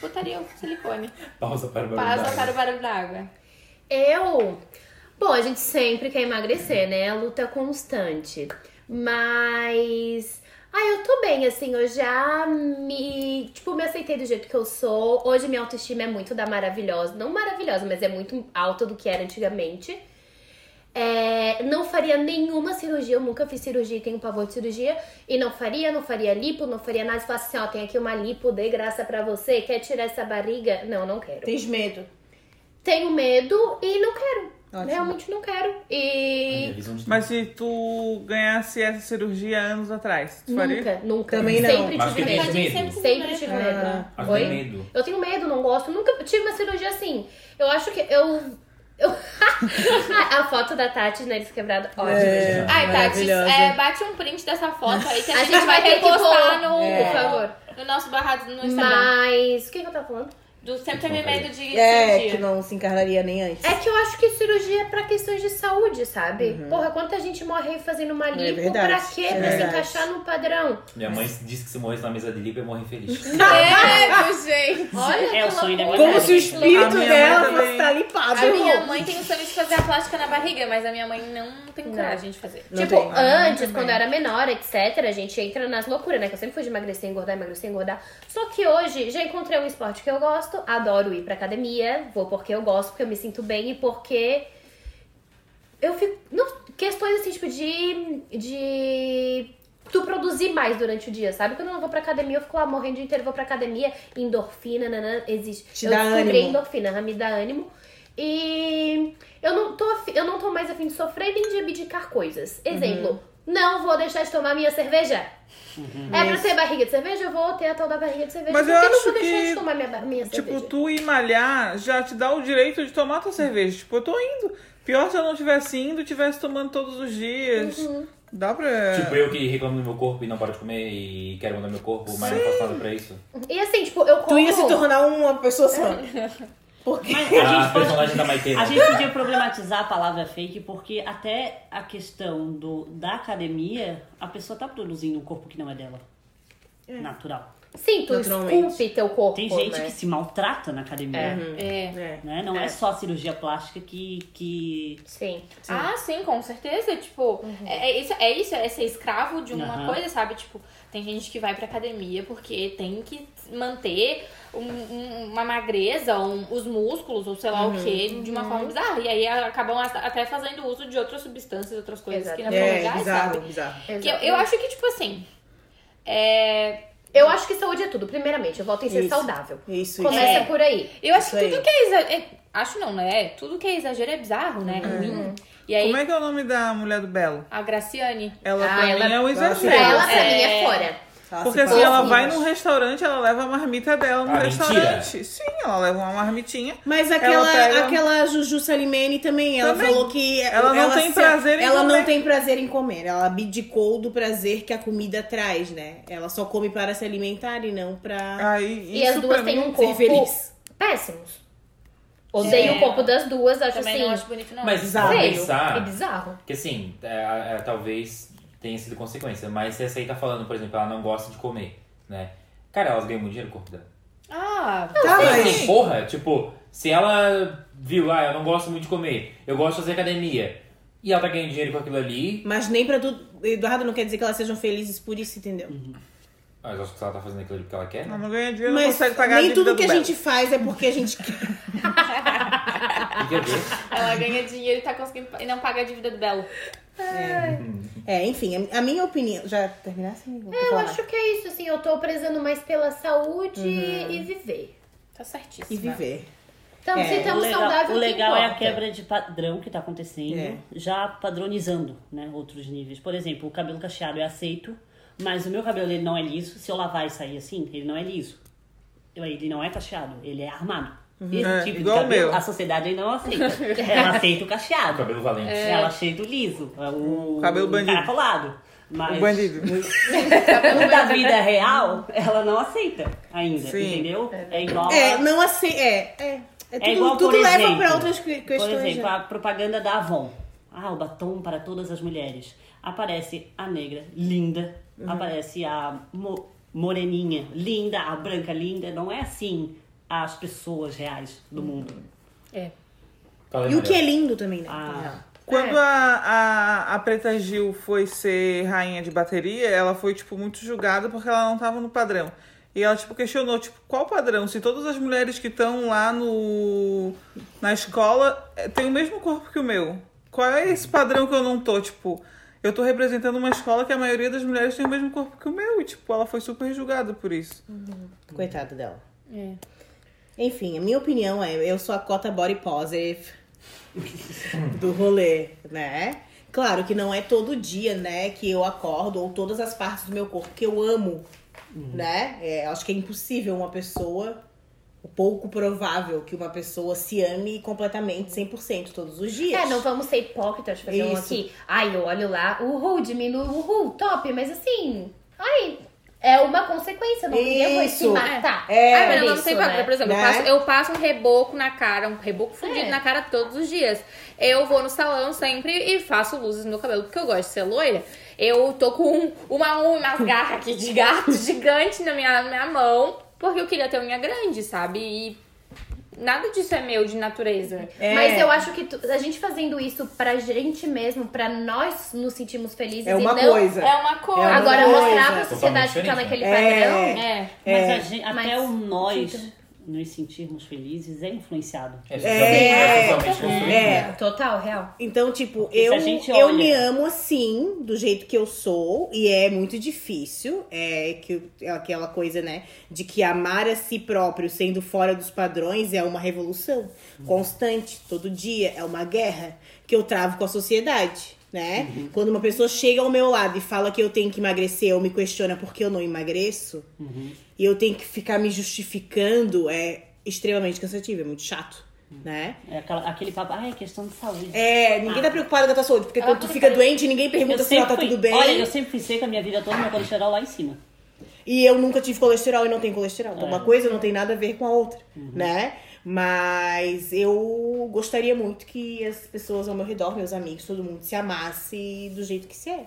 botaria o silicone.
Pausa para o barulho
Pausa
d'água.
para o barulho da água.
Eu. Bom, a gente sempre quer emagrecer, né? A luta é constante. Mas. Ah, eu tô bem, assim, eu já me. Tipo, me aceitei do jeito que eu sou. Hoje minha autoestima é muito da maravilhosa. Não maravilhosa, mas é muito alta do que era antigamente. É, não faria nenhuma cirurgia, eu nunca fiz cirurgia e tenho pavor de cirurgia. E não faria, não faria lipo, não faria nada. Se falasse assim, ó, tem aqui uma lipo, dei graça pra você, quer tirar essa barriga? Não, não quero
Tens medo.
tenho medo e não quero.
é
Ótimo.
Realmente não quero.
Minha
E.
visão de-
Mas se tu ganhasse essa cirurgia anos atrás, tu faria?
Nunca, nunca.
Também não.
Sempre
Mas
tive
tem
medo.
medo.
Sempre tive
Ah.
medo.
Mas
Oi?
tem medo.
Eu tenho medo, não gosto. Nunca tive uma cirurgia assim. Eu acho que eu. eu... a foto da Tati, nariz quebrado, ótimo.
É.
Ai, Tati,
Maravilhosa.
é, bate um print dessa foto aí que a,
A gente vai ter que
repostar
pôr,
no,
É.
por favor.
no nosso barrado no Instagram.
Mas. O que, que eu tava falando?
Do sempre teve medo de
É, que
cirurgia.
não se encarnaria nem antes.
É que eu acho que cirurgia é pra questões de saúde, sabe? Porra, quanta gente morre fazendo uma lipo
verdade,
pra quê?
Uhum. é
pra se
verdade.
encaixar num padrão.
Minha mãe disse que se morresse na mesa de lipo, eu morri feliz.
Medo, gente.
Olha,
É o
que
sonho da
loucura.
minha
Como se o
A
espírito
minha mãe
dela
também.
fosse estar limpado.
A minha mãe tem o sonho de fazer a plástica na barriga, mas a minha mãe não tem
Não.
coragem de fazer.
Não
tipo,
tem.
antes, quando eu era menor, etc., a gente entra nas loucuras, né? Que eu sempre fui de emagrecer, engordar, emagrecer, engordar. Só que hoje já encontrei um esporte que eu gosto, adoro ir pra academia, vou porque eu gosto, porque eu me sinto bem e porque eu fico. Não, questões assim, tipo, de. de. Tu produzir mais durante o dia, sabe? Quando eu não vou pra academia, eu fico lá morrendo o dia inteiro, vou pra academia, endorfina, nanã, existe.
Te
eu
dá
descobri
ânimo.
a endorfina, me dá ânimo. E eu não tô, afi- eu não tô mais afim de sofrer nem de abdicar coisas. Exemplo,
Uhum.
não vou deixar de tomar minha cerveja. É pra ter barriga de cerveja, eu vou ter a tal da barriga de cerveja.
Mas
porque
eu
não vou
acho
deixar
que,
de tomar minha, bar- minha
Tipo,
cerveja.
tu ir malhar já te dá o direito de tomar tua cerveja. Tipo, eu tô indo. Pior se eu não tivesse indo, e tivesse tomando todos os dias.
Uhum.
Dá pra.
Tipo, eu que reclamo do meu corpo e não paro de comer e quero mudar meu corpo, mas não faço nada pra isso.
E assim, tipo, eu como...
Tu ia se tornar uma pessoa só. Porque
Mas a
A
gente pode
personagem da Maitê.
A gente podia problematizar a palavra fake porque até a questão do, da academia, a pessoa tá produzindo um corpo que não é dela. Natural.
Sim, tu
Naturalmente.
esculpe teu É. corpo,
Tem gente
né?
que se maltrata na academia.
É.
Né? Não é.
É.
só a cirurgia plástica que, que
Sim.
Ah, sim, com certeza. Tipo,
Uhum.
é, é isso, é isso, é ser escravo de uma
Aham.
coisa, sabe? Tipo, tem gente que vai pra academia porque tem que manter um- um- uma magreza, um- os músculos, ou sei lá o que,
Uhum.
de uma forma bizarra. E aí acabam a- até fazendo uso de outras substâncias, outras coisas que não são
é,
legais,
bizarro,
sabe?
bizarro.
Que eu, eu acho que, tipo assim. é,
Eu acho que saúde é tudo. Primeiramente, eu volto em ser
Isso.
saudável.
Isso, isso.
Começa
É.
por aí.
eu acho
Isso
que
aí.
tudo que é exagero. acho não, né? Tudo que é exagero é bizarro, né? É
Uhum.
ruim. E aí,
Como é que é o nome da mulher do Belo?
a Graciane.
Tipo
Ela
Ah,
pra
ela-
mim é um
Pra
exagero.
ela, pra
É.
mim, é fora.
Fala-se
Porque assim,
fala.
ela vai num restaurante, ela leva a marmita dela no
Ah,
restaurante. Sim, ela leva uma marmitinha.
Mas aquela,
Ela pega-
aquela Juju Salimene também, ela
Também.
falou que
Ela não tem prazer em
ela
comer.
não tem prazer em comer. Ela abdicou do prazer que a comida traz, né? Ela só come para se alimentar e não
Ah.
para
Aí,
E
isso
as duas
pra
têm
mim-
um
é ser
corpo
feliz.
péssimos. Odeio
É.
o corpo das duas, acho
Também
assim.
não acho bonito, não.
Mas
Bizarro.
vamos
feio
pensar
e bizarro.
que assim, é, é, talvez tenha sido consequência. Mas se essa aí tá falando, por exemplo, ela não gosta de comer, né? Cara, elas ganham muito dinheiro com o corpo dela.
Ah,
Tá,
Mas,
mas-
assim, porra, tipo, se ela viu, ah, eu não gosto muito de comer, eu gosto de fazer academia, e ela tá ganhando dinheiro com aquilo ali,
Mas nem pra tu. Eduardo não quer dizer que elas sejam felizes por isso, entendeu?
mas eu acho que se ela tá fazendo aquilo ali porque ela quer,
Ela
né?
não ganha dinheiro, não
Mas
consegue pagar a
nem
dívida
tudo
do
que a
Belo.
gente faz é porque a gente quer.
E quer ver?
Ela ganha dinheiro e tá conseguindo e não paga a dívida do Belo.
É, enfim, a minha opinião. Já terminasse? amigo?
Eu acho que é isso, assim. Eu tô prezando mais pela saúde
Uhum.
e viver.
Tá certíssimo.
E viver.
Então,
É,
se
O
estamos
legal,
saudáveis,
o legal é a
que importa.
quebra de padrão que tá acontecendo,
É.
já padronizando, né, outros níveis. Por exemplo, o cabelo cacheado é aceito, mas o meu cabelo ele não é liso. Se eu lavar e sair assim, ele não é liso. Eu- Ele não é cacheado, ele é armado. Esse
É,
tipo de
igual o
cabelo,
meu. É.
a sociedade ainda não aceita. Ela aceita o
O
cacheado.
cabelo valente.
É.
Ela aceita o liso. O,
Cabelo bandido.
encaracolado. Mas
O bandido.
o da vida real, ela não aceita ainda.
Sim.
Entendeu? É igual. a-
É, não assim. É, é. É tudo,
é igual,
tudo
por
leva
exemplo,
pra outras que- questões.
Por exemplo,
né?
a propaganda da Avon. Ah, o batom para todas as mulheres. Aparece a negra, linda.
Uhum.
Aparece a mo- moreninha, linda. A branca, linda. Não é assim as pessoas reais
Uhum.
do mundo.
Fala aí,
E o que é
Mariana.
lindo também, né?
Ah.
Quando a, a, a Preta Gil foi ser rainha de bateria, ela foi, tipo, muito julgada porque ela não tava no padrão. E ela, tipo, questionou, tipo, qual padrão? Se todas as mulheres que estão lá no... na escola eh, têm o mesmo corpo que o meu. Qual é esse padrão que eu não tô? Tipo, eu tô representando uma escola que a maioria das mulheres tem o mesmo corpo que o meu. E, tipo, ela foi super julgada por isso.
É. Coitada dela.
É.
Enfim, a minha opinião é, eu sou a cota body positive do rolê, né? Claro que não é todo dia, né, que eu acordo ou todas as partes do meu corpo que eu amo, né? É, acho que é impossível uma pessoa, pouco provável que uma pessoa se ame completamente 100% todos os dias.
É, não vamos ser hipócritas fazer um
Isso.
aqui. Ai, eu olho lá, uhul, diminui uhul, top, mas assim, ai, é uma consequência, não ninguém vai se
Isso.
matar.
É.
Ai,
Ah,
mas
Ai, mas eu não
isso,
sei qual,
né?
por exemplo,
Né?
eu, passo, eu passo um reboco na cara, um reboco fundido
É.
na cara todos os dias. Eu vou no salão sempre e faço luzes no meu cabelo, porque eu gosto de ser loira. Eu tô com um- uma uma garra aqui de gato gigante na minha, na minha mão, porque eu queria ter unha grande, sabe? E nada disso é meu de natureza.
É,
Mas eu acho que tu- a gente fazendo isso pra gente mesmo, pra nós nos sentirmos felizes
é uma
e não.
coisa.
É uma coisa.
uma
Agora,
coisa.
mostrar pra
Totalmente
sociedade que tá naquele
diferente, né?
padrão.
É.
É.
Mas a gente-
Mas-
até o nós nos sentirmos felizes é influenciado.
É, socialmente- é
É.
socialmente construído,
É.
né?
Total, real.
Então, tipo,
E se
eu,
a gente
eu
olha-
me amo assim, do jeito que eu sou, e é muito difícil. É que é aquela coisa, né? De que amar a si próprio sendo fora dos padrões é uma revolução constante, todo dia, é uma guerra que eu travo com a sociedade. Né?
Uhum.
Quando uma pessoa chega ao meu lado e fala que eu tenho que emagrecer ou me questiona por que eu não emagreço,
Uhum.
e eu tenho que ficar me justificando, é extremamente cansativo, é muito chato, né?
É aquela- aquele papo, ah, é questão de saúde.
É, ninguém
Ah.
tá preocupado com a tua saúde, porque quando tu
tudo
fica
bem.
doente, ninguém pergunta
É Eu
se ela tá
sempre fui-
tudo bem.
Olha, eu sempre fui seca a minha vida toda, meu colesterol lá em cima.
E eu nunca tive colesterol e não tenho colesterol. Então,
É. Uhum.
uma coisa não tem nada a ver com a outra, né? Mas eu gostaria muito que as pessoas ao meu redor, meus amigos, todo mundo se amasse do jeito que se é.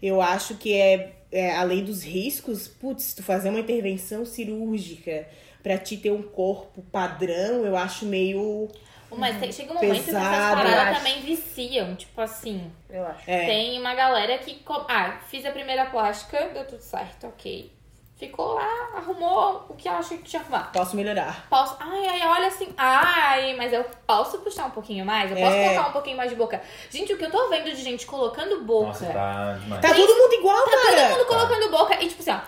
Eu acho que é, é além dos riscos, putz, tu fazer uma intervenção cirúrgica pra te ter um corpo padrão, eu acho meio.
Mas tem- chega um momento que essas
Pesado,
eu
paradas
acho.
também viciam. Tipo assim,
Eu acho.
É.
Tem uma galera que. co- Ah, fiz a primeira plástica, deu tudo certo, ok. Ficou lá, arrumou o que eu achei que tinha que arrumar.
Posso melhorar.
Posso. Ai, ai, olha assim. Ai, mas eu posso puxar um pouquinho mais? Eu posso
É.
colocar um pouquinho mais de boca. Gente, o que eu tô vendo de gente colocando boca.
Nossa, tá demais.
Tá todo mundo igual, cara!
Todo mundo colocando boca e tipo assim, ó.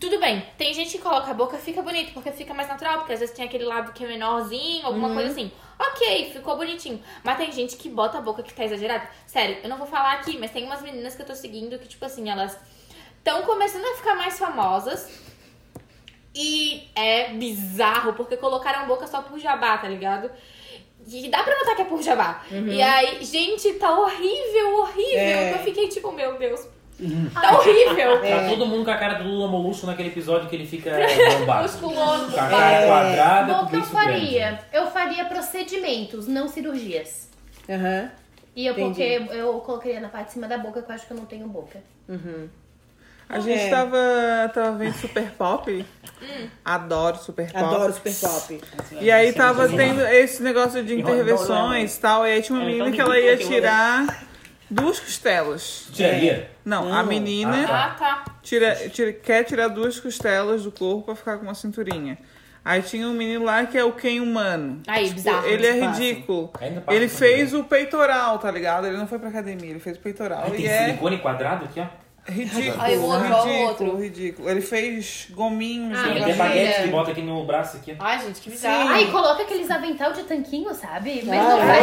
Tudo bem, tem gente que coloca a boca, fica bonito, porque fica mais natural, porque às vezes tem aquele lado que é menorzinho, alguma coisa assim. Ok, ficou bonitinho. Mas tem gente que bota a boca que tá exagerada. Sério, eu não vou falar aqui, mas tem umas meninas que eu tô seguindo que, tipo assim, elas estão começando a ficar mais famosas. E é bizarro, porque colocaram boca só por jabá, tá ligado? E dá pra notar que é por jabá. E aí, gente, tá horrível, horrível.
É.
Eu fiquei tipo, meu Deus, Tá horrível.
é.
Tá todo mundo com a cara do Lula Molusco naquele episódio que ele fica bombado.
Musculoso.
Com a
É.
cara quadrada,
Bom, o
com
que eu
isso grande. né?
faria? Eu faria procedimentos, não cirurgias.
Aham.
E eu
Entendi.
coloquei, eu coloquei na parte de cima da boca, que eu acho que eu não tenho boca.
A gente
É.
tava, tava vendo Super Pop. Adoro Super Pop.
Adoro super top.
E aí
é
tava tendo esse negócio de intervenções e tal, e aí tinha uma
É,
Ela
menina
então
tão
que ela ia
rica que eu vou
tirar duas costelas.
Tiraria?
Não, a menina
Ah, tá.
tira, tira- quer tirar duas costelas do corpo pra ficar com uma cinturinha. Aí tinha um menino lá que é o quem humano.
Aí, bizarro.
Ele é
passa.
ridículo.
Ainda passa
Ele
por
fez o peitoral, tá ligado? Ele não foi pra academia, ele fez o peitoral.
Aí
e
tem
é
silicone quadrado aqui, ó.
ridículo.
Ai, o outro, ó, o
ridículo,
outro.
ridículo. Ele fez gominhos,
Ah,
um
Tem
ele
até
negócio
imagina.
baguete que bota aqui no braço aqui. ó.
Ai, gente, que bizarro.
Ai, coloca aqueles avental de tanquinho, sabe? Mas
Ah,
não vai.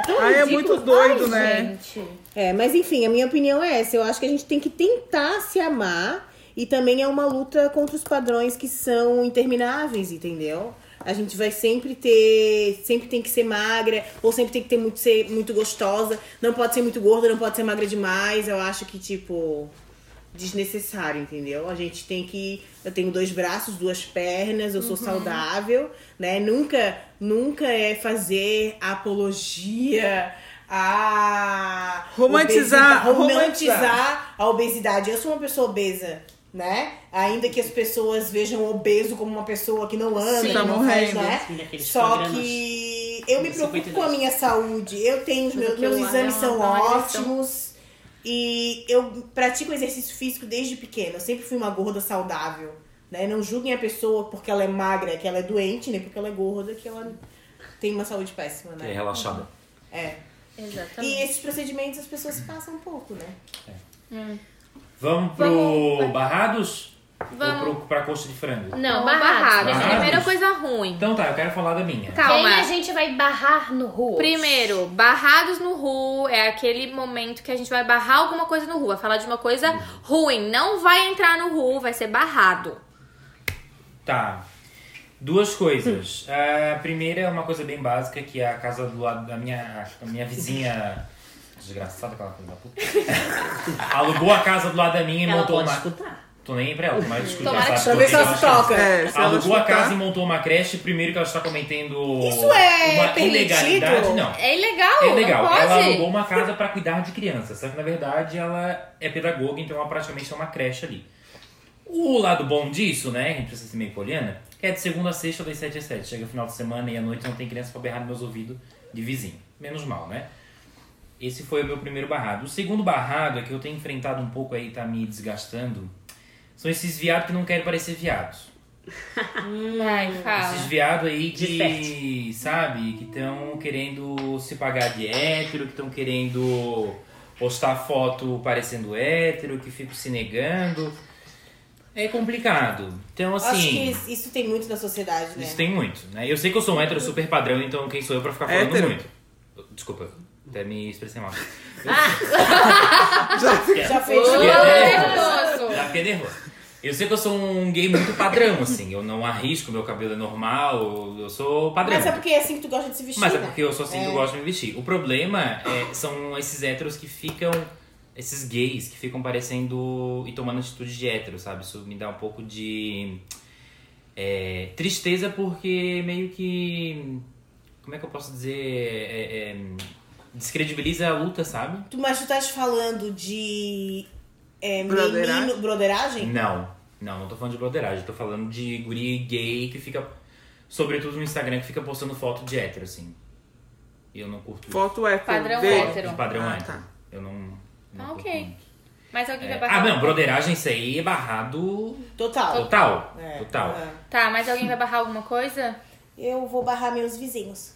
É. Aí é muito doido, né?
Ai, gente.
É, mas enfim, a minha opinião é essa. Eu acho que a gente tem que tentar se amar. E também é uma luta contra os padrões que são intermináveis, entendeu? A gente vai sempre ter. Sempre tem que ser magra, ou sempre tem que ter muito, ser muito gostosa. Não pode ser muito gorda, não pode ser magra demais. Eu acho que, tipo. Desnecessário, entendeu? A gente tem que. Eu tenho dois braços, duas pernas, eu sou saudável, né? Nunca, nunca é fazer apologia a
Romantizar,
romantizar a obesidade. Eu sou uma pessoa obesa, né? Ainda que as pessoas vejam o obeso como uma pessoa que não anda,
Sim,
que
tá
não faz,
morrendo.
né?
Sim, aqueles
Só
programas.
que eu me preocupo
52.
com a minha saúde. Eu tenho os meus,
Tudo que eu
meus
amo
exames
é
são
uma avaliação.
ótimos. E eu pratico exercício físico desde pequena. Eu sempre fui uma gorda saudável. Né? Não julguem a pessoa porque ela é magra, que ela é doente, nem porque ela é gorda, que ela tem uma saúde péssima,
É
né?
relaxada.
É.
Exatamente.
E esses procedimentos as pessoas passam um pouco, né?
Vamos pro Barrados?
Vamos.
Ou pro, pra coxa de frango?
Não,
Não,
barrados.
barrados.
Barrados.
Primeira coisa ruim.
Então tá, eu quero falar da minha.
Calma.
Quem a gente vai barrar no rua?
Primeiro, barrados no ru é aquele momento que a gente vai barrar alguma coisa no ru, vai falar de uma coisa ruim, não vai entrar no ru, vai ser barrado.
Tá. Duas coisas. A primeira é uma coisa bem básica, que é a casa do lado da minha, da minha vizinha. Desgraçada aquela coisa da puta. Alugou a casa do lado da minha e
Ela
montou
pode
uma.
escutar.
Tô nem aí pra ela, mas escuta
Tomara
sabe?
Pra ver se ela se toca.
É, se ela
Alugou a
escutar-
casa e montou uma creche, primeiro que ela está cometendo.
Isso é
uma
permitido?
ilegalidade, não.
É ilegal,
É legal,
não
ela
pode.
alugou uma casa pra cuidar de crianças, só que na verdade ela é pedagoga, então ela praticamente é uma creche ali. O lado bom disso, né, a gente precisa ser meio poliana, que é de segunda a sexta das 7 às 7. Chega final de semana e à noite não tem criança pra berrar nos meus ouvidos de vizinho. Menos mal, né? Esse foi o meu primeiro barrado. O segundo barrado é que eu tenho enfrentado um pouco aí, tá me desgastando. São esses viados que não querem parecer viados.
Ai,
Ah,
fala.
Esses viados aí que,
Desperte.
sabe, que estão querendo se pagar de hétero, que estão querendo postar foto parecendo hétero, que ficam se negando. É complicado. Então,
Acho
assim,
que isso tem muito na sociedade, né?
isso tem muito, né? Eu sei que eu sou um
Uhum.
hétero super padrão, então quem sou eu pra ficar falando
Hétero?
muito? Desculpa, até me expressei mal.
Já fez.
Ô, nervoso.
Eu fiquei
né? é Uhum.
nervoso. Já fiquei nervoso. Eu sei que eu sou um gay muito padrão, assim. Eu não arrisco, meu cabelo é normal, eu sou padrão.
Mas é porque é assim que tu gosta de se vestir.
Mas é
né?
porque eu sou assim que eu gosto de me vestir. O problema é- são esses héteros que ficam. Esses gays que ficam parecendo e tomando atitude de hétero, sabe? Isso me dá um pouco de. é, tristeza porque meio que. Como é que eu posso dizer? É, é, descredibiliza a luta, sabe?
Tu, mas tu estás falando de. É,
Broderagem?
menino. Broderagem?
Não, não, não tô falando de broderagem, tô falando de guri gay que fica. Sobretudo no Instagram, que fica postando foto de hétero, assim. E eu não curto isso.
Foto é hétero.
Padrão
dele.
hétero.
De padrão
Ah,
hétero.
tá.
Eu não. não
Ah,
curto
ok.
muito.
Mas alguém vai
É.
barrar.
Ah, não, broderagem, isso aí é barrado
Total.
total.
É,
total.
é.
Tá, mas alguém vai barrar alguma coisa?
Eu vou barrar meus vizinhos.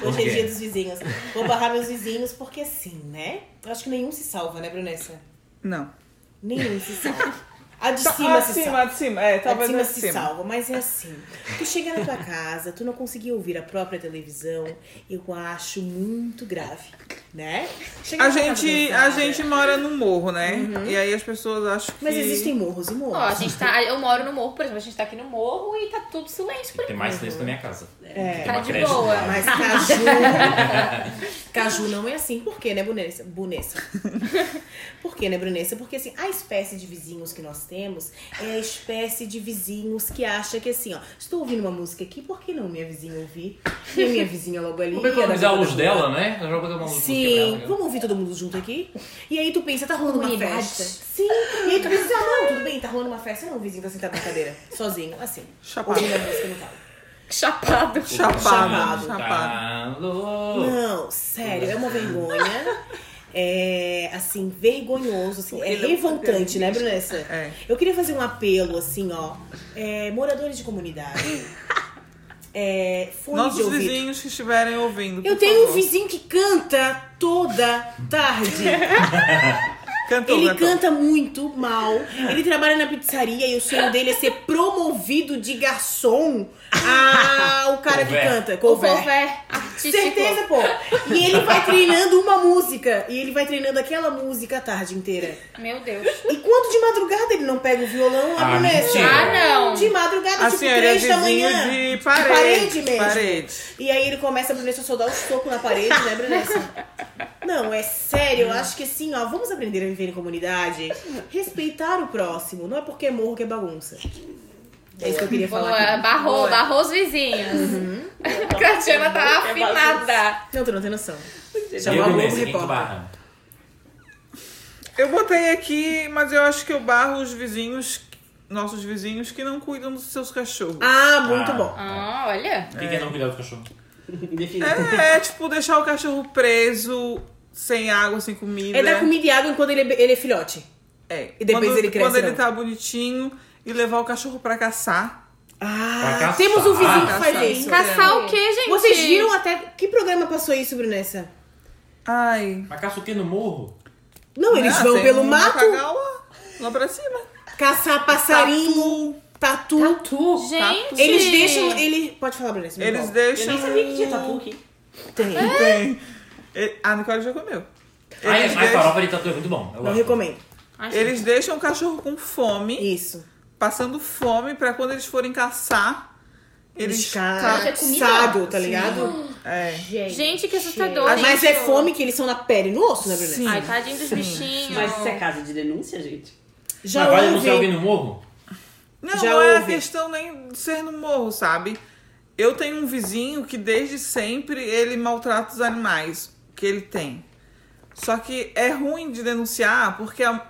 Por
Hoje é
quê?
dia dos vizinhos. Vou barrar meus vizinhos porque assim, né? Eu acho que nenhum se salva, né, Brunessa?
Não.
Nenhum se salva. A de
Tá,
cima
ah,
se
cima,
salva.
de cima. É,
Lá de
talvez
cima
mais de
se
cima.
salva, mas é assim. Tu chega na tua casa, tu não conseguir ouvir a própria televisão, eu acho muito grave, né? Chega
A
na tua casa
gente, a
cansada.
gente mora num morro, né? E aí as pessoas acham que.
Uhum. Mas um existem morros e morros.
Ó, a gente tá. Eu moro no morro, por exemplo, a gente tá aqui no morro e tá tudo silêncio por
Tem mais silêncio na minha casa.
É.
Tem
Tá
uma
de
creche do
boa.
lado.
Mas Caju. Caju não é assim. Por quê, né, Brunessa? Brunessa. Por quê, né, Brunessa? Porque assim, a espécie de vizinhos que nós temos é a espécie de vizinhos que acha que assim, ó, estou ouvindo uma música aqui, por que não minha vizinha ouvir? E a minha vizinha logo ali.
Vamos
e a da
é economizar a
outra
luz
rua.
dela, né? Eu já vou dar uma luz
Sim,
música pra ela.
vamos ouvir todo mundo junto aqui? E aí tu pensa, tá rolando uma
Comunidade.
festa. Sim, e aí tu pensa, ah, não, tudo bem, tá rolando uma festa. Não, o vizinho tá sentado na cadeira, sozinho, assim,
Chapado.
ouvindo a música no carro.
Chapado.
Chapado.
Chapado.
Chapado.
Tá
Oh.
louco.
Não, sério, é uma vergonha. É, assim, vergonhoso, assim, é revoltante, né, Brunessa?
É.
Eu queria fazer um apelo, assim, ó. é, moradores de comunidade. É, fone de
Nossos
ouvido.
vizinhos que estiverem ouvindo.
Eu
por
tenho um
favor.
vizinho que canta toda tarde.
Cantou,
Ele
cantou.
canta muito mal. Ele trabalha na pizzaria e o sonho dele é ser promovido de garçom ao cara que
Couvert.
canta.
O
Couvert.
couvert.
Certeza, pô. E ele vai treinando uma música. E ele vai treinando aquela música a tarde inteira.
Meu Deus.
E quando de madrugada ele não pega o violão,
Ah,
abre mesmo.
mentira.
Ah, não.
De madrugada,
A
tipo,
senhora é
três da
vizinho
manhã.
de
De
parede.
parede mesmo.
Parede.
E aí ele começa, a Brunessa, só dar um soco na parede, né, Brunessa? Não, é sério, eu acho que assim, ó, vamos aprender a viver em comunidade, respeitar o próximo, não é porque é morro que é bagunça. É isso que eu queria falar.
Boa,
aqui.
barrou,
Boa.
barrou os vizinhos. A Catiana tá
É bagunça.
afinada.
Não, tu não tem noção.
eu
Chamar o Globo
começo, quem que
Repórter.
barra?
Eu botei aqui, mas eu acho que eu barro os vizinhos, nossos vizinhos, que não cuidam dos seus cachorros.
Ah, muito
Ah.
bom.
Ah, olha.
O que que é não cuidar do cachorro?
Definido.
É, é, tipo, deixar o cachorro preso, sem água, sem comida.
É dar comida e água enquanto ele é, ele é filhote.
É.
E depois
quando,
ele cresce,
Quando ele
não.
tá bonitinho e levar o cachorro pra caçar.
Pra
Ah,
caçar.
temos um vizinho que
Ah,
faz
caçar.
isso.
Caçar é o quê, gente?
Vocês viram até. Que programa passou isso, Brunessa?
Ai.
Mas caça o quê no morro?
Não, eles
Ah,
vão
tem
pelo
um
mato
macagal lá, lá pra cima.
caçar passarinho, tatu.
Gente.
Eles deixam. Ele... Pode falar, Brunessa. me
Eles
fala.
Eu
deixam.
nem sabia que tinha tatu aqui.
Tem.
Tem. Ele- A Nicole já comeu.
Ai,
Eles
ai,
deixam-
farofa de tatu é muito bom. eu
Não
gosto.
recomendo.
Ai, gente.
Eles deixam o cachorro com fome,
Isso.
passando fome, pra quando eles forem caçar, eles
Desca-
caçam.
Isso é comida?
caçado, tá ligado?
É.
Gente.
Gente, que assustador.
Gente.
hein?
Mas é fome que eles são na pele e no osso, né, Brunessa?
Sim.
Ai, tadinho dos bichinhos.
Mas isso é caso de denúncia, gente?
Já
Mas vai
ouvi.
denunciar alguém no morro?
Não,
Já
não é a
houve.
questão nem de ser no morro, sabe? Eu tenho um vizinho que desde sempre ele maltrata os animais que ele tem. Só que é ruim de denunciar porque a,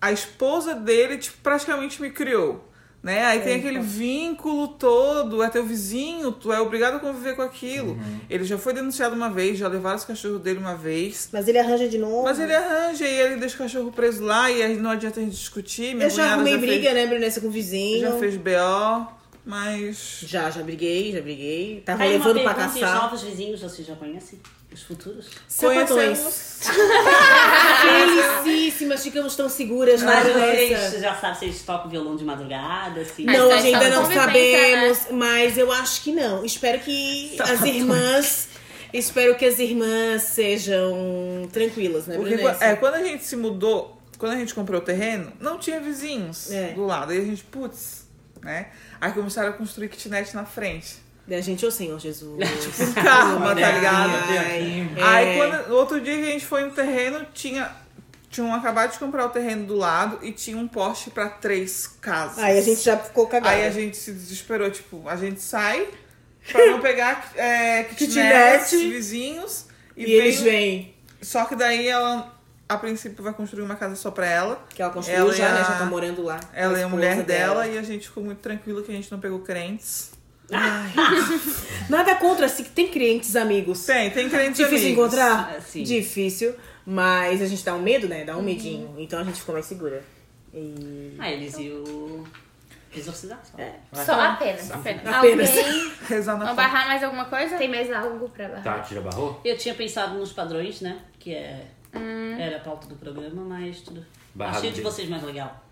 a esposa dele tipo, praticamente me criou. Né? Aí tem aquele vínculo todo, é teu vizinho, tu é obrigado a conviver com aquilo.
Uhum.
Ele já foi denunciado uma vez, já levaram os cachorros dele uma vez.
Mas ele arranja de novo.
Mas ele é arranja e ele deixa o cachorro preso lá e aí não adianta a gente discutir. Minha
Eu já
cunhada
arrumei
fez-
briga, né, Brunessa, com o vizinho.
já fez BO, mas.
Já, já briguei, já briguei. Tava
Tá aí uma
levando pra
pergunta, os
caçar.
novos vizinhos vocês já conhecem? Os futuros?
Sapatões.
Conhecemos.
Felicíssimas, ficamos tão seguras na
Mas
Brunessa.
vocês já sabem se eles tocam violão de madrugada, assim.
Mas
Não, a
nós
gente ainda
estamos
não
convivência,
né?
sabemos, mas eu acho que não. Espero que as irmãs. Espero que as irmãs sejam tranquilas, né,
Porque,
Brunessa?
é, quando a gente se mudou, quando a gente comprou o terreno, não tinha vizinhos
É.
do lado. Aí a gente, putz, né? Aí começaram a construir kitnet na frente.
Da gente, ô Senhor Jesus. É.
Um karma, tá
Ai,
ligado?
Ai,
Aí quando, no outro dia que a gente foi no terreno, tinha. Tinham acabado de comprar o terreno do lado e tinha um poste pra três casas.
Aí né? a gente já ficou cagada.
Aí a gente se desesperou, tipo, a gente sai pra não pegar é, kitnets,
Kitnet.
vizinhos.
E,
E, vem
eles
o-
vêm.
Só que daí ela, a princípio, vai construir uma casa só pra ela.
Que ela construiu
Ela
já,
é
né?
a-
Já tá morando lá. com
Ela é a
esposa
mulher dela, e a gente ficou muito tranquila que a gente não pegou crentes.
Nada contra, assim, que tem clientes amigos.
Tem, tem crentes
Difícil
amigos.
encontrar?
Ah, sim.
Difícil. Mas a gente dá um medo, né?
Uhum.
Dá um medinho. Então a gente ficou mais segura. E...
Ah, eles iam exorcizar só.
Só apenas.
Tá.
Apenas.
Apenas.
Alguém
Rezar na
Vamos
porta.
barrar mais alguma coisa?
tem mais algo pra barrar?
Tá, tira barrou?
Eu tinha pensado nos padrões, né? Que é...
Hum.
era a pauta do programa, mas tudo.
Barrado
Achei o de
dele.
vocês mais legal.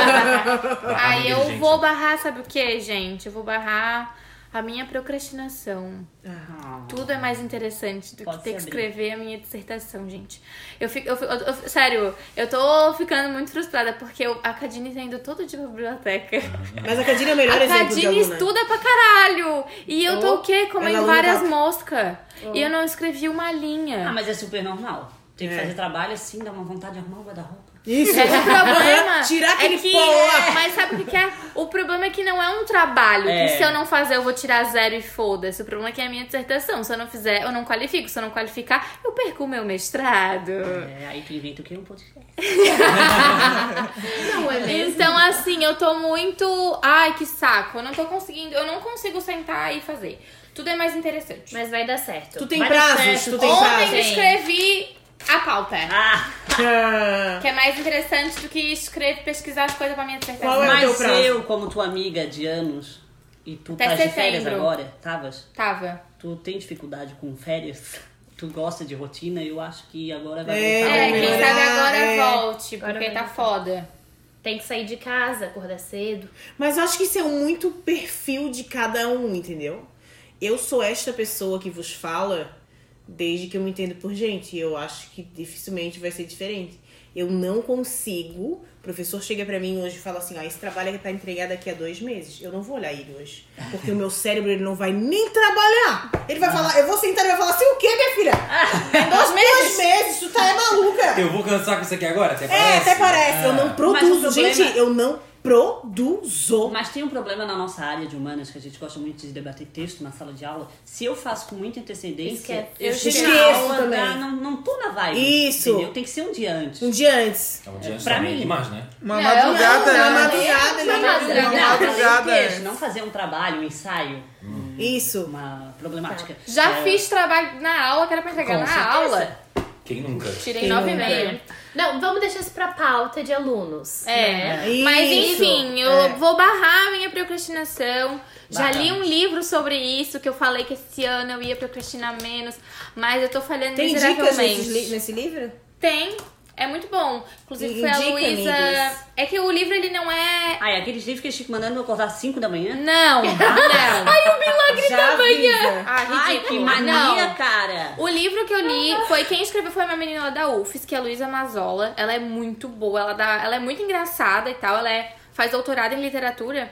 Barra
Aí
dele,
eu
gente.
vou barrar, sabe o que, gente? Eu vou barrar a minha procrastinação.
Ah.
Tudo é mais interessante do
Pode
que ter que
se abrir.
escrever a minha dissertação, gente. Eu fico, eu fico- eu- eu- sério, eu tô ficando muito frustrada porque eu- a Cadine tá indo todo dia pra biblioteca.
Mas a Cadine é o melhor
a
exemplo de
Cadine
aluna. Oh,
estuda pra caralho! E eu tô o quê? Comendo
aluna
várias
nata.
moscas. E
Oh.
eu não escrevi uma
Ah,
linha.
mas é super normal. Tem que
É.
fazer trabalho assim, dá uma vontade de arrumar o guarda-roupa.
Isso.
é O problema
Tirar aquele
é que,
pó lá.
Mas sabe o que que é? O problema é que não é um trabalho.
É.
Que se eu não fazer, eu vou tirar zero e foda-se. O problema é que é a minha dissertação. Se eu não fizer, eu não qualifico. Se eu não qualificar, eu perco o meu mestrado.
É, aí tu inventa o quê? Um podcast.
Não, é mesmo.
Então, assim, eu tô muito. Ai, que saco. Eu não tô conseguindo. Eu não consigo sentar e fazer. Tudo é mais interessante.
Mas vai dar certo.
Tu tem
vai dar
prazos,
certo.
tu tem
Ontem eu
prazos.
escrevi a pauta.
Ah,
Ah,
Que é mais interessante do que escrever, pesquisar as coisas pra minha dissertação.
Qual é o
Mas
teu
mas
prazo?
eu, como tua amiga de anos, e tu
Até
estás de férias
setembro.
agora,
é?
tavas?
tava.
Tu tem dificuldade com férias? Tu gosta de rotina? Eu acho que agora vai
É,
voltar.
É,
ao
quem
normal.
sabe
melhorar,
agora
é.
volte,
Agora
porque
vai
tá
voltar.
foda.
Tem que sair de casa, acordar cedo.
Mas eu acho que isso é muito perfil de cada um, entendeu? Eu sou esta pessoa que vos fala desde que eu me entendo por gente. E eu acho que dificilmente vai ser diferente. Eu não consigo. O professor chega pra mim hoje e fala assim: ó, esse trabalho é pra entregar daqui a dois meses. Eu não vou olhar ele hoje. Porque o meu cérebro ele não vai nem trabalhar. Ele vai falar: eu vou sentar e vai falar assim: o quê, minha filha?
Ah,
Em dois meses? Dois meses, tu tá é maluca.
Eu vou cansar com isso aqui agora? Até
É,
parece. Ah,
até parece. Eu não produzo.
Mas o problema-
Gente, eu não produzo.
Mas tem um problema na nossa área de humanas, que a gente gosta muito de debater texto na sala de aula. Se eu faço com muita antecedência,
Esquece.
eu
Eu
chego
esqueço
na aula,
também.
ah, não, não tô na vibe.
Isso.
Entendeu? Tem que ser um dia antes.
Um dia antes.
É um dia antes
Pra
também,
mim.
demais, né?
Uma
Não,
madrugada,
não,
Na
né?
madrugada,
Na
na madrugada.
madrugada.
Não,
madrugada,
fazer um texto,
é.
não fazer um trabalho, um ensaio,
Isso.
uma problemática.
Já
É,
fiz trabalho na aula que era pra entregar
Com
na
certeza.
aula.
Quem nunca?
Tirei
Quem
nove e
nunca?
meia.
Não, vamos deixar isso pra pauta de alunos.
É.
Isso.
Mas enfim, eu
É.
vou barrar a minha procrastinação. Já li
Bacana.
um livro sobre isso, que eu falei que esse ano eu ia procrastinar menos, mas eu tô falhando
Tem dicas
miseravelmente.
nesse, li- nesse livro?
Tem. É muito bom. Inclusive foi a
Indica,
Luísa.
amigos.
É que o livro ele não é.
Ah, é aqueles livros que eles ficam mandando eu acordar às 5 da manhã.
Não, não.
Já avisa.
Ah,
Ai, que
ridículo.
mania,
Não.
cara!
O livro que eu li foi quem escreveu foi uma menina lá da UFES, que é a Luísa Mazola. Ela é muito boa, ela, dá, ela é muito engraçada e tal. Ela é, faz doutorado em literatura.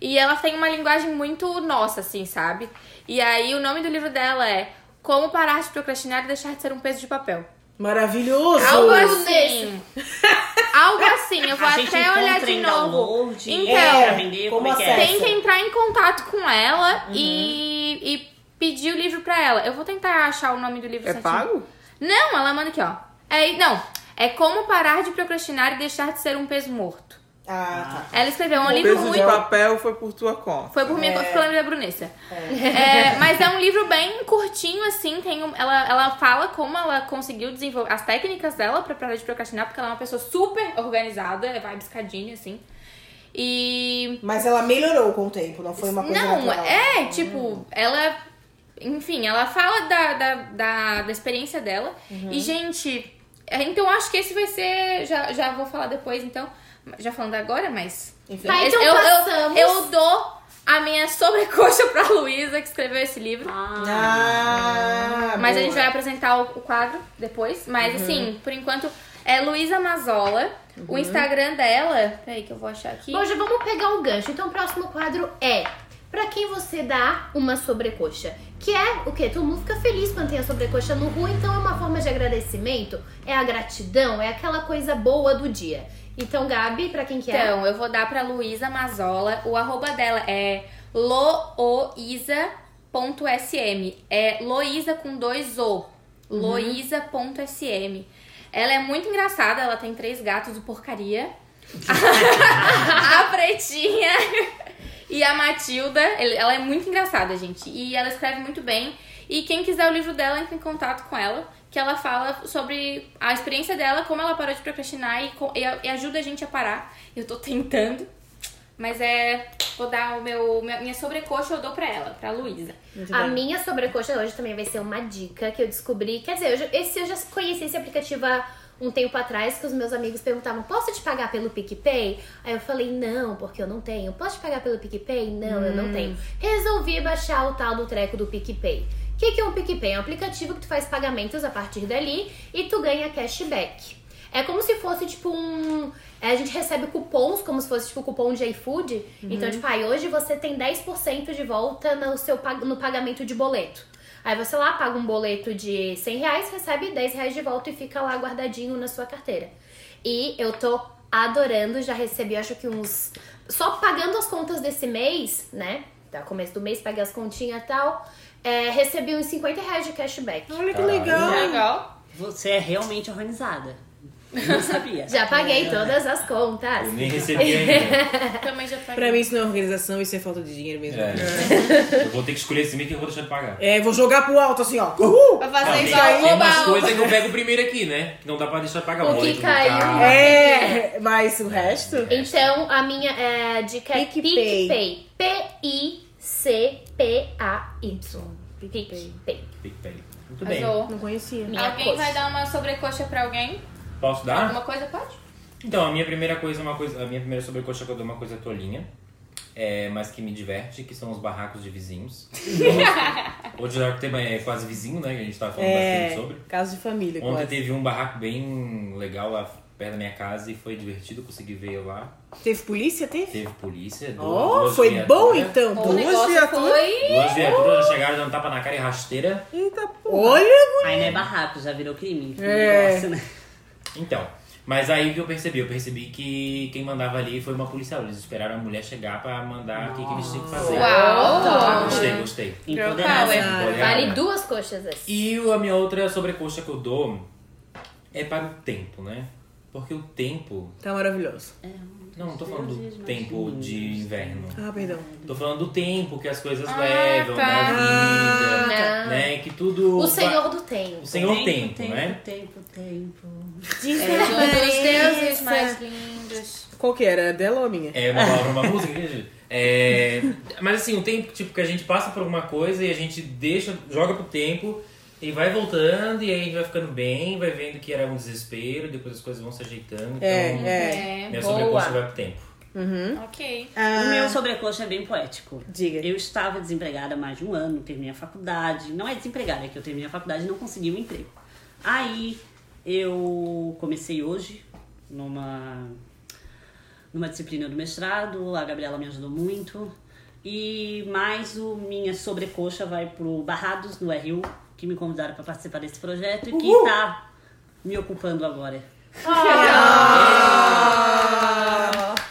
E ela tem uma linguagem muito nossa, assim, sabe? E aí o nome do livro dela é Como Parar de Procrastinar e Deixar de Ser um Peso de Papel.
Maravilhoso.
Algo assim. Algo assim. Eu vou
a gente
até olhar
encontra
de
em
novo.
download, é,
Então,
pra vender, como,
como
é que é?
Tem que entrar em contato com ela e, e pedir o livro pra ela. Eu vou tentar achar o nome do livro
É
certinho.
pago?
Não, ela manda aqui, ó. É, não, é como parar de procrastinar e deixar de ser um peso morto.
Ah, tá.
Ela escreveu, é um
O
livro
peso de
muito...
papel foi por tua conta.
Foi por minha conta, porque eu lembrei da Brunessa. É, mas é um livro bem curtinho, assim. Tem um- ela, ela fala como ela conseguiu desenvolver as técnicas dela pra parar de procrastinar, porque ela é uma pessoa super organizada, é vibes cadinha, assim. E
Mas ela melhorou com o tempo, não foi uma coisa
não,
natural.
é, tipo, ela. Enfim, ela fala da, da, da, da experiência dela.
Uhum.
E, gente, é, então acho que esse vai ser. Já, já vou falar depois, então. Já falando agora, mas.
Enfim.
Tá, então
eu, eu,
passamos.
eu dou a minha sobrecoxa pra Luísa, que escreveu esse livro.
Ah,
mas a
boa. Uhum.
gente vai apresentar o, o quadro depois. Mas, assim, por enquanto, é Luísa Mazola. O Instagram dela. Peraí, que eu vou achar aqui.
Bom, já vamos pegar um gancho. Então, o próximo quadro é Pra quem você dá uma sobrecoxa? Que é o quê? Todo mundo fica feliz quando tem a sobrecoxa no rua, então é uma forma de agradecimento, é a gratidão, é aquela coisa boa do dia. Então, Gabi, pra quem que é?
Então, eu vou dar pra Luísa Mazola. O arroba dela é looisa.sm. É Loísa com dois O. Loísa.sm. Ela é muito engraçada, ela tem três gatos do porcaria. a pretinha e a Matilda. Ele- Ela é muito engraçada, gente. E ela escreve muito bem. E quem quiser o livro dela, entre em contato com ela. Que ela fala sobre a experiência dela, como ela parou de procrastinar e, co- e a- e ajuda a gente a parar. Eu tô tentando. Mas é. Vou dar o meu. Minha minha sobrecoxa eu dou pra ela, pra Luísa.
Muito
A
bem.
minha sobrecoxa hoje também vai ser uma dica que eu descobri. Quer dizer, eu já- esse, eu já conheci esse aplicativo há um tempo atrás, que os meus amigos perguntavam, posso te pagar pelo PicPay? Aí eu falei, não, porque eu não tenho. Posso te pagar pelo PicPay? Não, eu
Hum.
não tenho. Resolvi baixar o tal do treco do PicPay. O que, que é um PicPay? É um aplicativo que tu faz pagamentos a partir dali e tu ganha cashback. É como se fosse, tipo, um. é, A gente recebe cupons como se fosse, tipo, cupom de iFood. Então, tipo, aí hoje você tem 10% de volta no, seu, pag- no pagamento de boleto. Aí você lá paga um boleto de 100 reais, recebe 10 reais de volta e fica lá guardadinho na sua carteira. E eu tô adorando, já recebi acho que uns. Só pagando as contas desse mês, né? Tá, começo do mês, paguei as continhas e tal. é, recebi uns 50 reais de cashback.
Olha que
Caralho.
legal.
Legal.
Você é realmente organizada. Não sabia.
Já paguei todas as contas.
Eu nem recebi ainda.
Também já
Pra mim isso não é organização, isso é falta de dinheiro mesmo.
É. Eu vou ter que escolher esse mês que eu vou deixar de pagar.
É, vou jogar pro alto assim, ó. Uhul!
Pra
Tá
Não,
fazer
tem,
igual
tem umas
o
coisas que eu pego primeiro aqui, né? Que não dá pra deixar de pagar.
O que
Boleto do
caiu.
carro.
É, mas o resto?
Então, a minha é, dica é
PicPay.
PicPay. P-I-C-P-A-Y. PicPay.
PicPay. Muito bem.
Azul.
Não conhecia.
Minha
Alguém
coxa.
vai dar uma sobrecoxa pra alguém?
Posso dar?
Alguma coisa pode?
Então, a minha primeira coisa é uma coisa. A minha primeira sobrecoxa que eu dou é uma coisa tolinha. é, mas que me diverte, que são os barracos de vizinhos. Hoje o tema é quase vizinho, né? Que a gente tava falando
É,
bastante sobre.
caso de família,
Ontem
quase.
teve um barraco bem legal lá perto da minha casa e foi divertido, consegui ver lá.
Teve polícia? Teve?
Teve polícia. du-
Oh,
duas
foi
viaturas-
bom então.
O negócio
viaturas.
foi.
Duas viaturas já chegaram dando tapa na cara e rasteira.
Eita porra.
Olha!
Aí não é barraco, já virou crime.
É.
Nossa, né?
Então, mas aí que eu percebi, eu percebi que quem mandava ali foi uma policial. Eles esperaram a mulher chegar pra mandar o que, que eles tinham que fazer.
Uau!
Gostei, gostei.
Empoderada.
power.
Empoderada.
Vale duas coxas assim.
E a minha outra sobrecoxa que eu dou é para o tempo, né? Porque o tempo.
Tá maravilhoso.
Não, não tô falando do tempo de inverno.
Ah, perdão.
Tô falando do tempo que as coisas levam
tá.
na vida,
Ah.
né? Que tudo.
O
va-
Senhor do Tempo.
O Senhor tempo, né?
Tempo, tempo.
É, dos deuses mais lindos.
Qual que era? A Dela ou a minha?
É uma palavra, uma música, né, gente? É, mas assim, o tempo tipo, que a gente passa por alguma coisa e a gente deixa, joga pro tempo e vai voltando e aí a gente vai ficando bem, vai vendo que era um desespero, depois as coisas vão se ajeitando. então,
É, é.
É.
minha
boa.
sobrecoxa vai pro tempo.
Ok.
O
Ah,
meu sobrecoxa é bem poético.
Uhum. Diga.
Eu estava desempregada há mais de um ano, terminei a faculdade. Não é desempregada, é que eu terminei a faculdade e não consegui um emprego. Aí eu comecei hoje numa, numa disciplina do mestrado, a Gabriela me ajudou muito. E mais o minha sobrecoxa vai pro Barrados, no RU, que me convidaram para participar desse projeto e que tá me ocupando agora.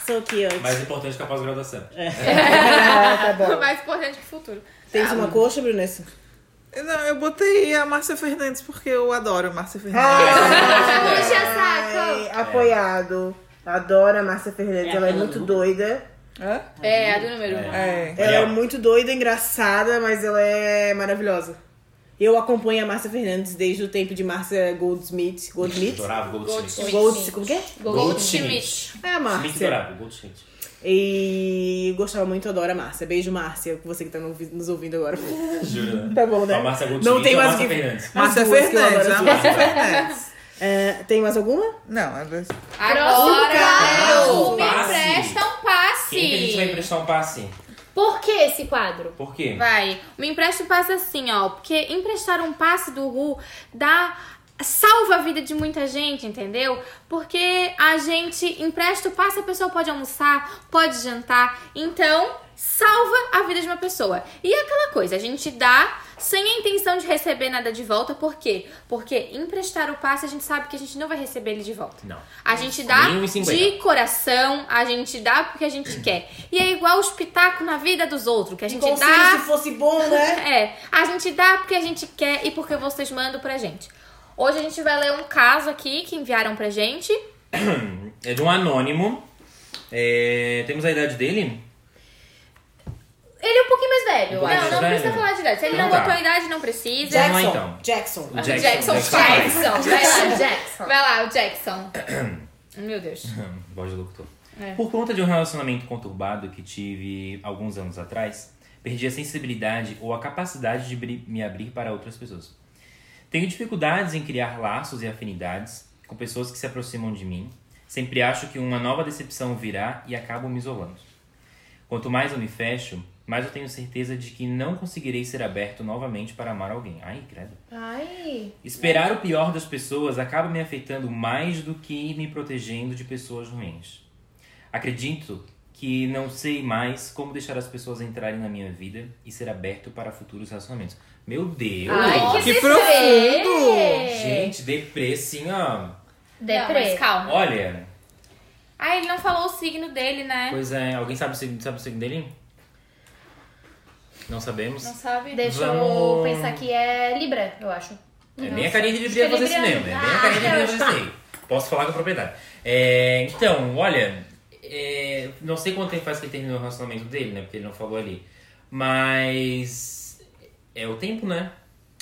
so cute.
Mais importante que a pós-graduação.
É. Ah, tá bom.
Mais importante que o futuro.
Tens uma coxa, Brunessa?
Não, eu botei a Márcia Fernandes porque eu adoro a Márcia Fernandes.
Ah.
Ah,
Puxa saco!
Ai, apoiado. Adoro a Márcia Fernandes,
É
ela é
aquela
muito
do-
doida.
Hã?
É, a do número um.
É.
Ela é
Real.
muito doida, engraçada, mas ela é maravilhosa. Eu acompanho a Márcia Fernandes desde o tempo de Márcia Goldsmith. Goldsmith?
Dourava, Goldschmidt.
Golds, como que é?
Goldschmidt.
É a
Smith
Márcia.
Dourava, Goldschmidt.
E gostava muito, adoro a Márcia. Beijo, Márcia, você que tá no- nos ouvindo agora.
Juro, né?
Tá bom, né?
A Márcia Goldschmidt
Não tem
ou a
mais o
Márcia
que-
Fernandes.
Márcia
As duas que eu
Fernandes,
adoro
a Márcia Fernandes.
É, tem mais alguma?
Não, é dois.
Agora,
Próximo
me
passo.
empresta um
Quem que a gente vai
passe.
emprestar um passe?
Por que esse quadro?
Por quê?
Vai. Me empresta um passe assim, ó. Porque emprestar um passe do Ru dá. Salva a vida de muita gente, entendeu? Porque a gente empresta o passe, a pessoa pode almoçar, pode jantar. Então, salva a vida de uma pessoa. E é aquela coisa, a gente dá sem a intenção de receber nada de volta. Por quê? Porque emprestar o passe, a gente sabe que a gente não vai receber ele de volta.
Não.
A gente dá
Nem 1,50.
de coração, a gente dá porque a gente quer. E é igual os pitacos na vida dos outros, que a gente
Como se
dá.
Um se fosse bom, né?
É, a gente dá porque a gente quer é, e porque vocês mandam pra gente. Hoje a gente vai ler um caso aqui que enviaram pra gente.
É de um anônimo. É, Temos a idade dele?
Ele é um pouquinho mais velho.
Um
Não,
pouquinho
não
mais
precisa
velho.
falar de idade. Se ele não
Então tá.
botou a idade, não precisa. Ah,
Vamos lá,
Jackson.
então.
Jackson.
O
Jackson, Jackson,
Jackson.
Jackson.
vai lá, Vai lá, o Jackson. Meu Deus.
Voz de locutor.
É.
Por conta de um relacionamento conturbado que tive alguns anos atrás, perdi a sensibilidade ou a capacidade de bri- me abrir para outras pessoas. Tenho dificuldades em criar laços e afinidades com pessoas que se aproximam de mim. Sempre acho que uma nova decepção virá e acabo me isolando. Quanto mais eu me fecho, mais eu tenho certeza de que não conseguirei ser aberto novamente para amar alguém. Ai, credo.
Ai.
Esperar o pior das pessoas acaba me afetando mais do que me protegendo de pessoas ruins. Acredito que não sei mais como deixar as pessoas entrarem na minha vida e ser aberto para futuros relacionamentos. Meu Deus!
Ai,
que
desespero.
profundo!
Gente, deprê, assim, ó.
Não, mas
Deprê.
calma.
Olha,
Ah, ele não falou o signo dele, né?
pois é, alguém sabe o signo, sabe o signo dele? Não sabemos.
Não sabe?
Deixa eu
Vamos.
pensar que é Libra, eu acho.
É bem a carinha de Libria
Acho que
fazer
é
esse mesmo. É bem
Ah,
a carinha de Libria
tá.
fazer esse Posso falar com a propriedade. É, então, olha, é, não sei quanto tempo faz que ele terminou o relacionamento dele, né? Porque ele não falou ali. Mas é o tempo, né?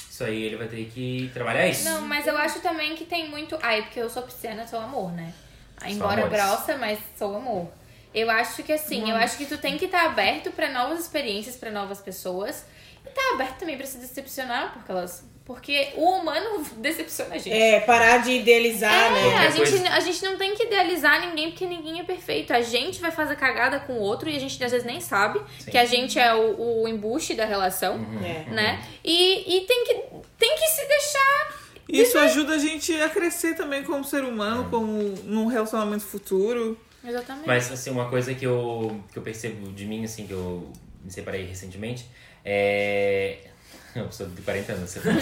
Isso aí ele vai ter que trabalhar isso.
Não, mas eu acho também que tem muito. Ai, porque eu sou pisciana, sou amor, né? Ah, Embora
amores.
grossa, mas sou amor.
Eu acho que assim, eu acho que tu tem que
tá
estar aberto pra novas experiências, pra novas pessoas. E tá aberto também pra se decepcionar, porque elas. Porque o humano decepciona a gente.
É, parar de idealizar,
É,
né?
a
Qualquer
gente,
coisa.
a gente não tem que idealizar ninguém, porque ninguém é perfeito. A gente vai fazer cagada com o outro e a gente às vezes nem sabe
Sim.
que a gente é o, o embuste da relação,
É.
né? E, e tem, que, tem que se deixar.
Isso ajuda a gente a crescer também como ser humano, como num relacionamento futuro.
Exatamente.
Mas, assim, uma coisa que eu, que eu percebo de mim, assim, que eu me separei recentemente, é... Eu sou de 40 anos, você fala.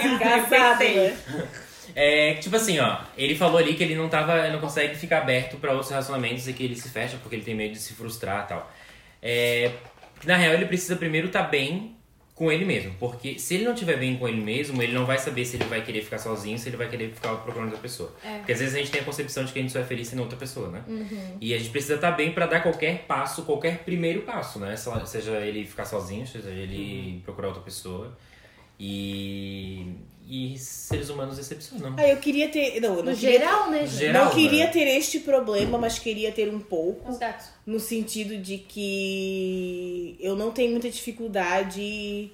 É, engraçado, né?
É, tipo assim, ó, ele falou ali que ele não tava, ele não consegue ficar aberto pra outros relacionamentos e que ele se fecha porque ele tem medo de se frustrar e tal. É, na real, ele precisa primeiro estar bem com ele mesmo, porque se ele não estiver bem com ele mesmo, ele não vai saber se ele vai querer ficar sozinho, se ele vai querer ficar procurando outra pessoa. Porque às vezes a gente tem a concepção de que a gente só é feliz sendo outra pessoa, né? E a gente precisa estar bem pra dar qualquer passo, qualquer primeiro passo, né? Se- Seja ele ficar sozinho, seja ele procurar outra pessoa. E, e seres humanos decepcionam.
Ah, eu queria ter. Não, eu não
No
queria,
geral, né, gente?
Geral,
não queria
né?
ter este problema, mas queria ter um pouco.
Os gatos.
No sentido de que eu não tenho muita dificuldade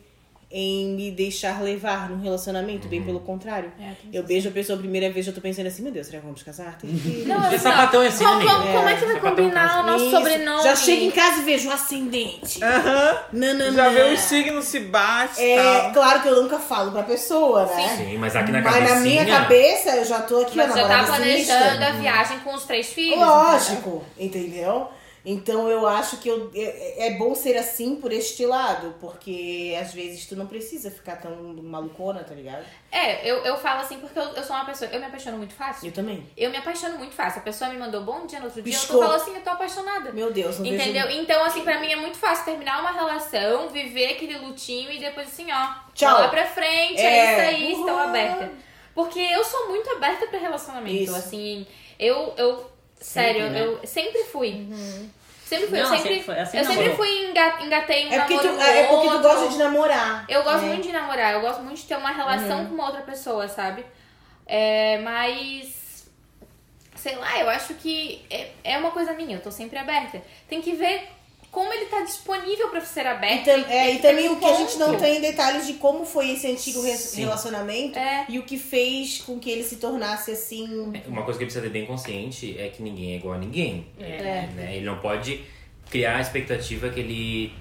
em me deixar levar num relacionamento,
Uhum.
bem pelo contrário. eu beijo a pessoa a primeira vez, eu tô pensando assim, meu Deus, será que vamos casar? Tem que...
Não,
Porque
assim, ó,
sapatão é assim,
como,
amiga.
como- como é que vai
Sapatão
combinar o
clássico.
nosso
tá Isso.
sobrenome?
Já chega em casa e vejo o ascendente.
É.
É,
Aham.
Não, não,
Já
não.
vê os signos se bate e
É,
tal.
claro que eu nunca falo pra pessoa, né?
Sim, mas aqui na
Mas
cabecinha...
na minha cabeça, eu já tô aqui, ó,
Mas já tá
namorada
planejando
sinistra.
a viagem com os três filhos.
Lógico, entendeu? Então eu acho que eu- é, é bom ser assim por este lado, porque às vezes tu não precisa ficar tão malucona, tá ligado?
É, eu, eu falo assim porque eu, eu sou uma pessoa. Eu me apaixono muito fácil.
Eu também.
Eu me apaixono muito fácil. A pessoa me mandou bom dia no outro dia, eu
Piscou.
tô falando assim, eu tô apaixonada.
Meu Deus, não
Entendeu?
vejo...
Então, assim, pra mim é muito fácil terminar uma relação, viver aquele lutinho e depois assim, ó,
Tchau.
lá pra frente,
É.
é, isso aí, estou aberta. Porque eu sou muito aberta pra relacionamento,
Isso.
assim, eu, eu, sério,
né?
eu sempre fui.
Uhum.
Sempre fui,
Não,
eu
sempre
sempre,
foi, assim
eu
não.
sempre fui enga- engatei um
É porque, tu,
namoro no
é porque tu
outro.
gosta de namorar.
Eu gosto muito de namorar, eu gosto muito de ter uma relação
Uhum.
com uma outra pessoa, sabe? É, mas. Sei lá, eu acho que é, é uma coisa minha, eu tô sempre aberta. Tem que ver como ele tá disponível pra ser
E,
aberto.
tam- é, e também o que a gente não
Ponto.
tem é detalhes de como foi esse antigo re-
Sim.
relacionamento
É.
e o que fez com que ele se tornasse assim.
Uma coisa que ele precisa ter bem consciente é que ninguém é igual a ninguém.
É.
né? Ele não pode criar a expectativa que ele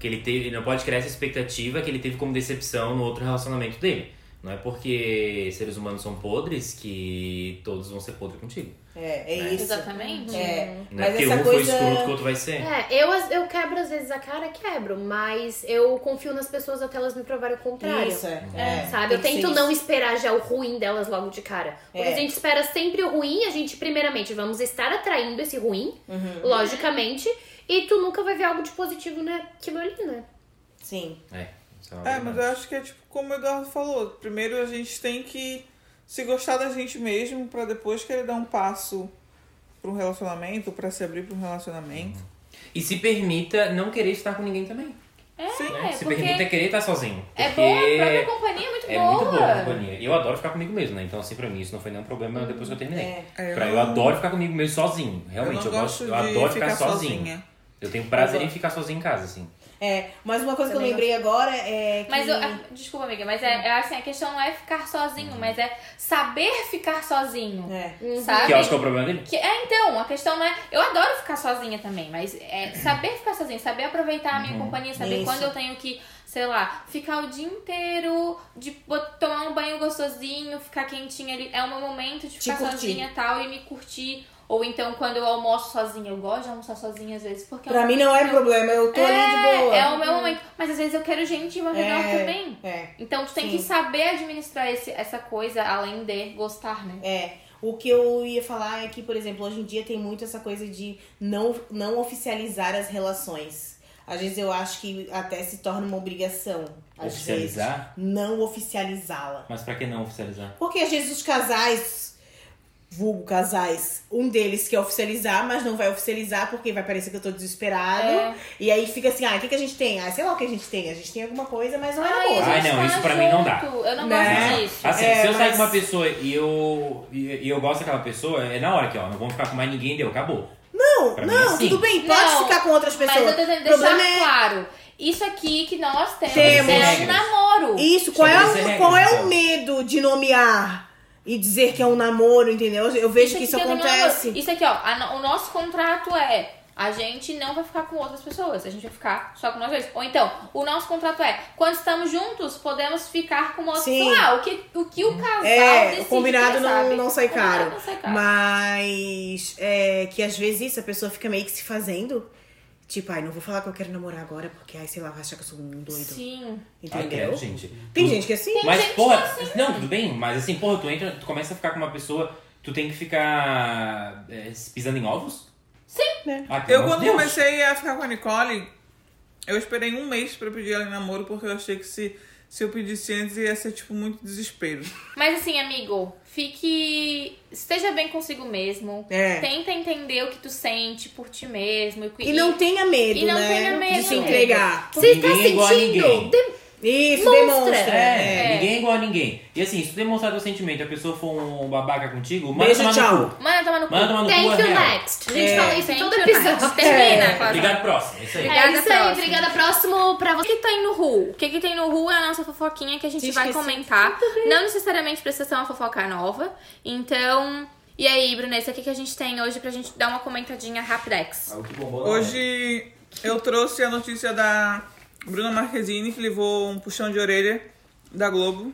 que ele teve, ele não pode criar essa expectativa que ele teve como decepção no outro relacionamento dele. Não é porque seres humanos são podres que todos vão ser podres contigo.
É,
É.
é isso.
Exatamente.
É.
Não é
Mas
porque
essa
um foi
coisa-
escroto que o outro vai ser.
É, eu, as- eu quebro às vezes a cara, quebro, mas eu confio nas pessoas até elas me provarem o contrário.
Isso, é. é.
Sabe? Eu
Tem que
tento
ser
não esperar já o ruim delas logo de cara. Porque
É.
se a gente espera sempre o ruim, a gente, primeiramente, vamos estar atraindo esse ruim, logicamente, e tu nunca vai ver algo de positivo naquilo ali, né?
isso. Sim.
É, isso uma
É, mas eu
verdade.
acho que é tipo como o Eduardo falou. Primeiro a gente tem que se gostar da gente mesmo pra depois querer dar um passo pra um relacionamento, pra se abrir pra um relacionamento.
E se permita não querer estar com ninguém também.
É,
né? Se
porque
permita querer estar sozinho.
é
Porque
boa, a própria companhia é muito
É
boa.
muito boa a companhia. Eu adoro ficar comigo mesmo, né? Então, assim, pra mim, isso não foi nenhum problema depois que eu terminei.
É,
Pra, eu adoro ficar comigo mesmo sozinho. Realmente, eu,
não
gosto, eu adoro ficar, sozinho.
sozinha.
Eu tenho prazer em ficar sozinho em casa, assim.
É, mas uma coisa que eu lembrei agora é que...
Mas eu, ah, desculpa, amiga, mas é, é assim, a questão não é ficar sozinho, mas é saber ficar sozinho.
É.
Sabe?
Que eu acho que é o problema dele.
Que- é, então, a questão não é. Eu adoro ficar sozinha também, mas é saber ficar sozinha, saber aproveitar a minha companhia, saber
Isso.
quando eu tenho que, sei lá, ficar o dia inteiro, de bo- tomar um banho gostosinho, ficar quentinha ali. É o meu momento de ficar
curtir.
sozinha e tal e me curtir. Ou então, quando eu almoço sozinha, eu gosto de almoçar sozinha às vezes, porque um
Pra
eu
mim não é problema, eu tô ali de boa.
é o meu momento. Mas às vezes eu quero gente ao redor
É.
também.
É,
Então tu tem
Sim.
que saber administrar esse, essa coisa além de gostar, né?
é. O que eu ia falar é que, por exemplo, hoje em dia tem muito essa coisa de não, não oficializar as relações. Às vezes eu acho que até se torna uma obrigação. Às Vezes,
Oficializar?
não oficializá-la.
Mas pra que não oficializar?
Porque às vezes os casais vulgo casais, um deles quer oficializar, mas não vai oficializar porque vai parecer que eu tô desesperado.
É.
E aí fica assim, ah, o que, que a gente tem? Ah, sei lá o que a gente tem. A gente tem alguma coisa, mas não é
Ai,
namoro.
a
Ai,
gente
não,
tá
isso pra mim não dá.
junto. Eu não
Né?
gosto disso.
Assim,
É,
se eu sair
mas-
com uma pessoa e eu, e, e eu gosto daquela pessoa, é na hora que, ó, não vamos ficar com mais ninguém, deu, acabou.
Não,
Pra mim, é assim.
não,
sim.
tudo bem, pode
Não,
ficar com outras pessoas.
Mas eu tô tentando
O problema
deixar
é-
claro. Isso aqui que nós temos,
Temos.
é um namoro.
Isso, qual é,
Estabelecer
o,
regras,
qual é o
então.
medo de nomear e dizer que é um namoro, entendeu? Eu vejo que
aqui
isso
eu tenho um
acontece.
namoro. Isso aqui, ó. a no- o nosso contrato é. A gente não vai ficar com outras pessoas, a gente vai ficar só com nós dois. Ou então, o nosso contrato é, quando estamos juntos, podemos ficar com uma outra
Sim.
pessoa. Ah, o que o, que o casal
É,
decide,
o combinado
quem
não-
sabe.
não sai
O combinado
caro.
não sai caro.
Mas é que às vezes isso, a pessoa fica meio que se fazendo. Tipo, ai, não vou falar que eu quero namorar agora, porque ai, sei lá, vai achar que eu sou um doido.
Sim.
Ai,
Entendeu?
quero, gente.
Tem gente que é assim.
Mas,
gente
porra,
que é assim.
não, tudo bem, mas assim, porra, tu entra, tu começa a ficar com uma pessoa, tu tem que ficar é, pisando em ovos? Sim.
É.
Ah, pelo amor
Eu,
de
quando
Deus.
comecei a ficar com a Nicole, eu esperei um mês pra pedir ela em namoro, porque eu achei que se, se eu pedisse antes ia ser, tipo, muito desespero.
Mas assim, amigo, fique. Esteja bem consigo mesmo.
É.
Tenta entender o que tu sente por ti mesmo. E,
E não tenha medo,
E não
né?
tenha medo.
De se entregar.
Você tá
Ninguém é igual a
sentindo?
ninguém.
De-
Isso, demonstra.
É,
É.
ninguém é igual a ninguém. E assim, se tu demonstrar teu sentimento e a pessoa for um babaca contigo, manda
Beijo,
tomar
tchau.
no cu.
Manda tomar no cu.
Manda tomar no cu,
Thank
é
you,
real.
next. A gente
É.
fala isso em
Thank
todo
you,
episódio.
next. Termina,
É.
Clara.
Obrigado, próximo. É isso
É
aí.
isso aí,
Próximo.
obrigada. Próximo pra
O
você.
que tem no Ru? O que, que tem no Ru é a nossa fofoquinha que a gente
Te
vai
esqueci.
comentar. Não necessariamente precisa ser uma fofoca nova. Então. E aí, Brunessa, o que, que a gente tem hoje pra gente dar uma comentadinha rapidex?
Algo que bombou na hora.
Hoje eu trouxe a notícia da Bruna Marquezine, que levou um puxão de orelha da Globo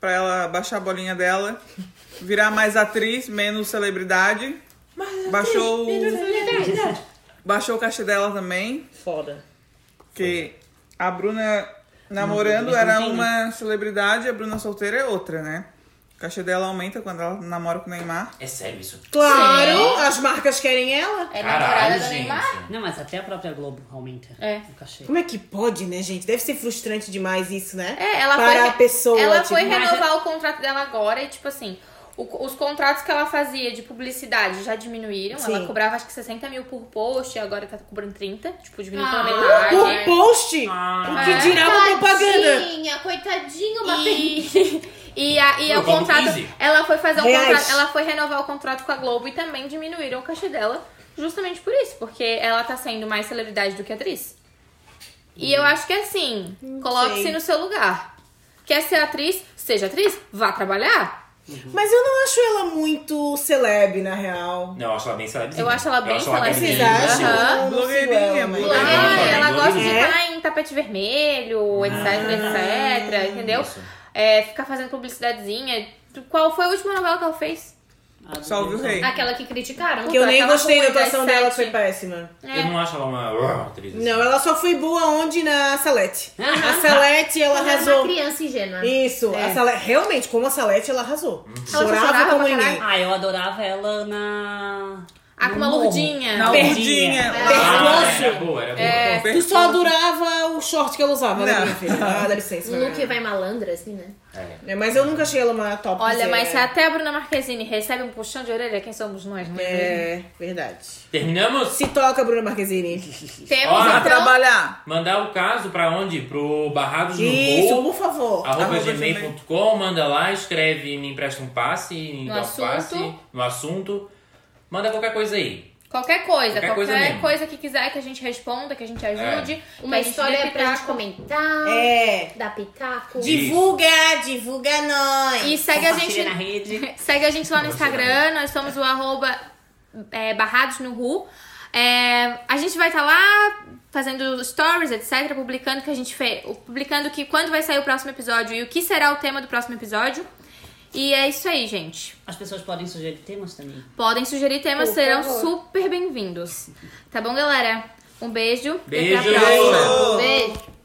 pra ela baixar a bolinha dela, virar mais atriz, menos celebridade. Baixou o... Baixou o caixa dela também,
Foda.
que a Bruna namorando
Não, não
era
tem.
uma celebridade, a Bruna solteira é outra, né? O caixa dela aumenta quando ela namora com o Neymar.
É sério isso.
Claro, as marcas querem ela.
É namorada
Caralho,
do
gente.
Neymar?
Não, mas até a própria Globo aumenta
É.
o cachê.
Como é que pode, né, gente? Deve ser frustrante demais isso, né?
É, ela
Para
foi,
a pessoa,
Ela
tipo,
foi
mas-
renovar o contrato dela agora e, tipo assim, o- os contratos que ela fazia de publicidade já diminuíram.
Sim.
Ela cobrava acho que 60 mil por post, e agora tá cobrando 30. Tipo, diminuiu
Ah.
pela
Por
metade.
post? o que
é.
dirá uma propaganda?
Tadinha, coitadinha, uma
E, e, a, e
Eu
o
como
contrato.
easy.
Ela foi fazer um
Reais.
contrato. Ela foi renovar o contrato com a Globo e também diminuíram o cachê dela. Justamente por isso, porque ela tá sendo mais celebridade do que atriz. E eu acho que é assim, coloque-se
sei.
no seu lugar. Quer ser atriz? Seja atriz, vá trabalhar.
Mas eu não acho ela muito celeb, na real.
Não, eu acho ela bem celebzinha.
Eu acho ela bem
gatinha.
Vocês
Sim, aham.
acham? Eu não é sigo
Blogueirinha,
mas-
Ah,
Ela gosta de
ela gosta de
É?
estar em tapete vermelho, etc,
Ah.
etc, entendeu?
Isso.
É, ficar fazendo publicidadezinha. Qual foi a última novela que ela fez?
A
Salve o
Globo-
rei.
Aquela que criticaram.
Que eu nem
Aquela
gostei da
ruim das
atuação dela, que foi
sete.
péssima.
É.
Eu não acho ela uma atriz. assim.
Não, ela só foi boa onde? Na Salete. A Salete, ela
Quando eu
é
era é uma
arrasou.
criança ingênua.
Isso, a Salete, realmente, como a Salete, ela arrasou.
só
Chorava,
chorava
como
pra
ninguém.
Ah, eu adorava ela na.
Ah, com
no
uma
morro.
lourdinha.
Na
é
Gordinha.
lourdinha.
Ah,
Pescoço.
era boa, era boa.
É.
Tu só adorava o short que ela usava, né,
Não.
minha filha? Ah, dá licença.
O Luke vai malandra, assim, né?
É.
É, mas eu nunca achei ela uma top.
Olha,
zero.
mas é- se até a Bruna Marquezine recebe um puxão de orelha, quem somos nós, não é mesmo?
É, verdade.
Terminamos?
Se toca, Bruna Marquezine.
Temos
Ó,
Pra
então...
trabalhar.
Mandar o caso pra onde? Pro Barrados no
Isso,
Gol,
por favor.
arroba
arroba
gmail.com, manda lá, escreve, me empresta um passe, me
No
dá um
assunto.
passe no assunto. Manda qualquer coisa aí.
Qualquer coisa,
Qualquer
qualquer,
coisa
coisa,
mesmo. É.
que quiser que a gente responda, que a gente ajude. que tá
Uma
a gente dê
história pra
pitaco.
gente comentar,
É.
dar pitaco.
De-
Divulga, divulga nós.
E segue a gente.
Compartilha na rede.
Segue a gente lá no Instagram, nós somos o arroba é, barrados no Ru. É, a gente vai estar lá fazendo stories, etc, publicando que a gente fez, publicando que quando vai sair o próximo episódio e o que será o tema do próximo episódio. E é isso aí, gente.
As pessoas podem sugerir temas também.
Podem sugerir temas,
Por
serão
favor.
super bem-vindos. Tá bom, galera? Um beijo, e até
Beijo!
a próxima.
Beijo.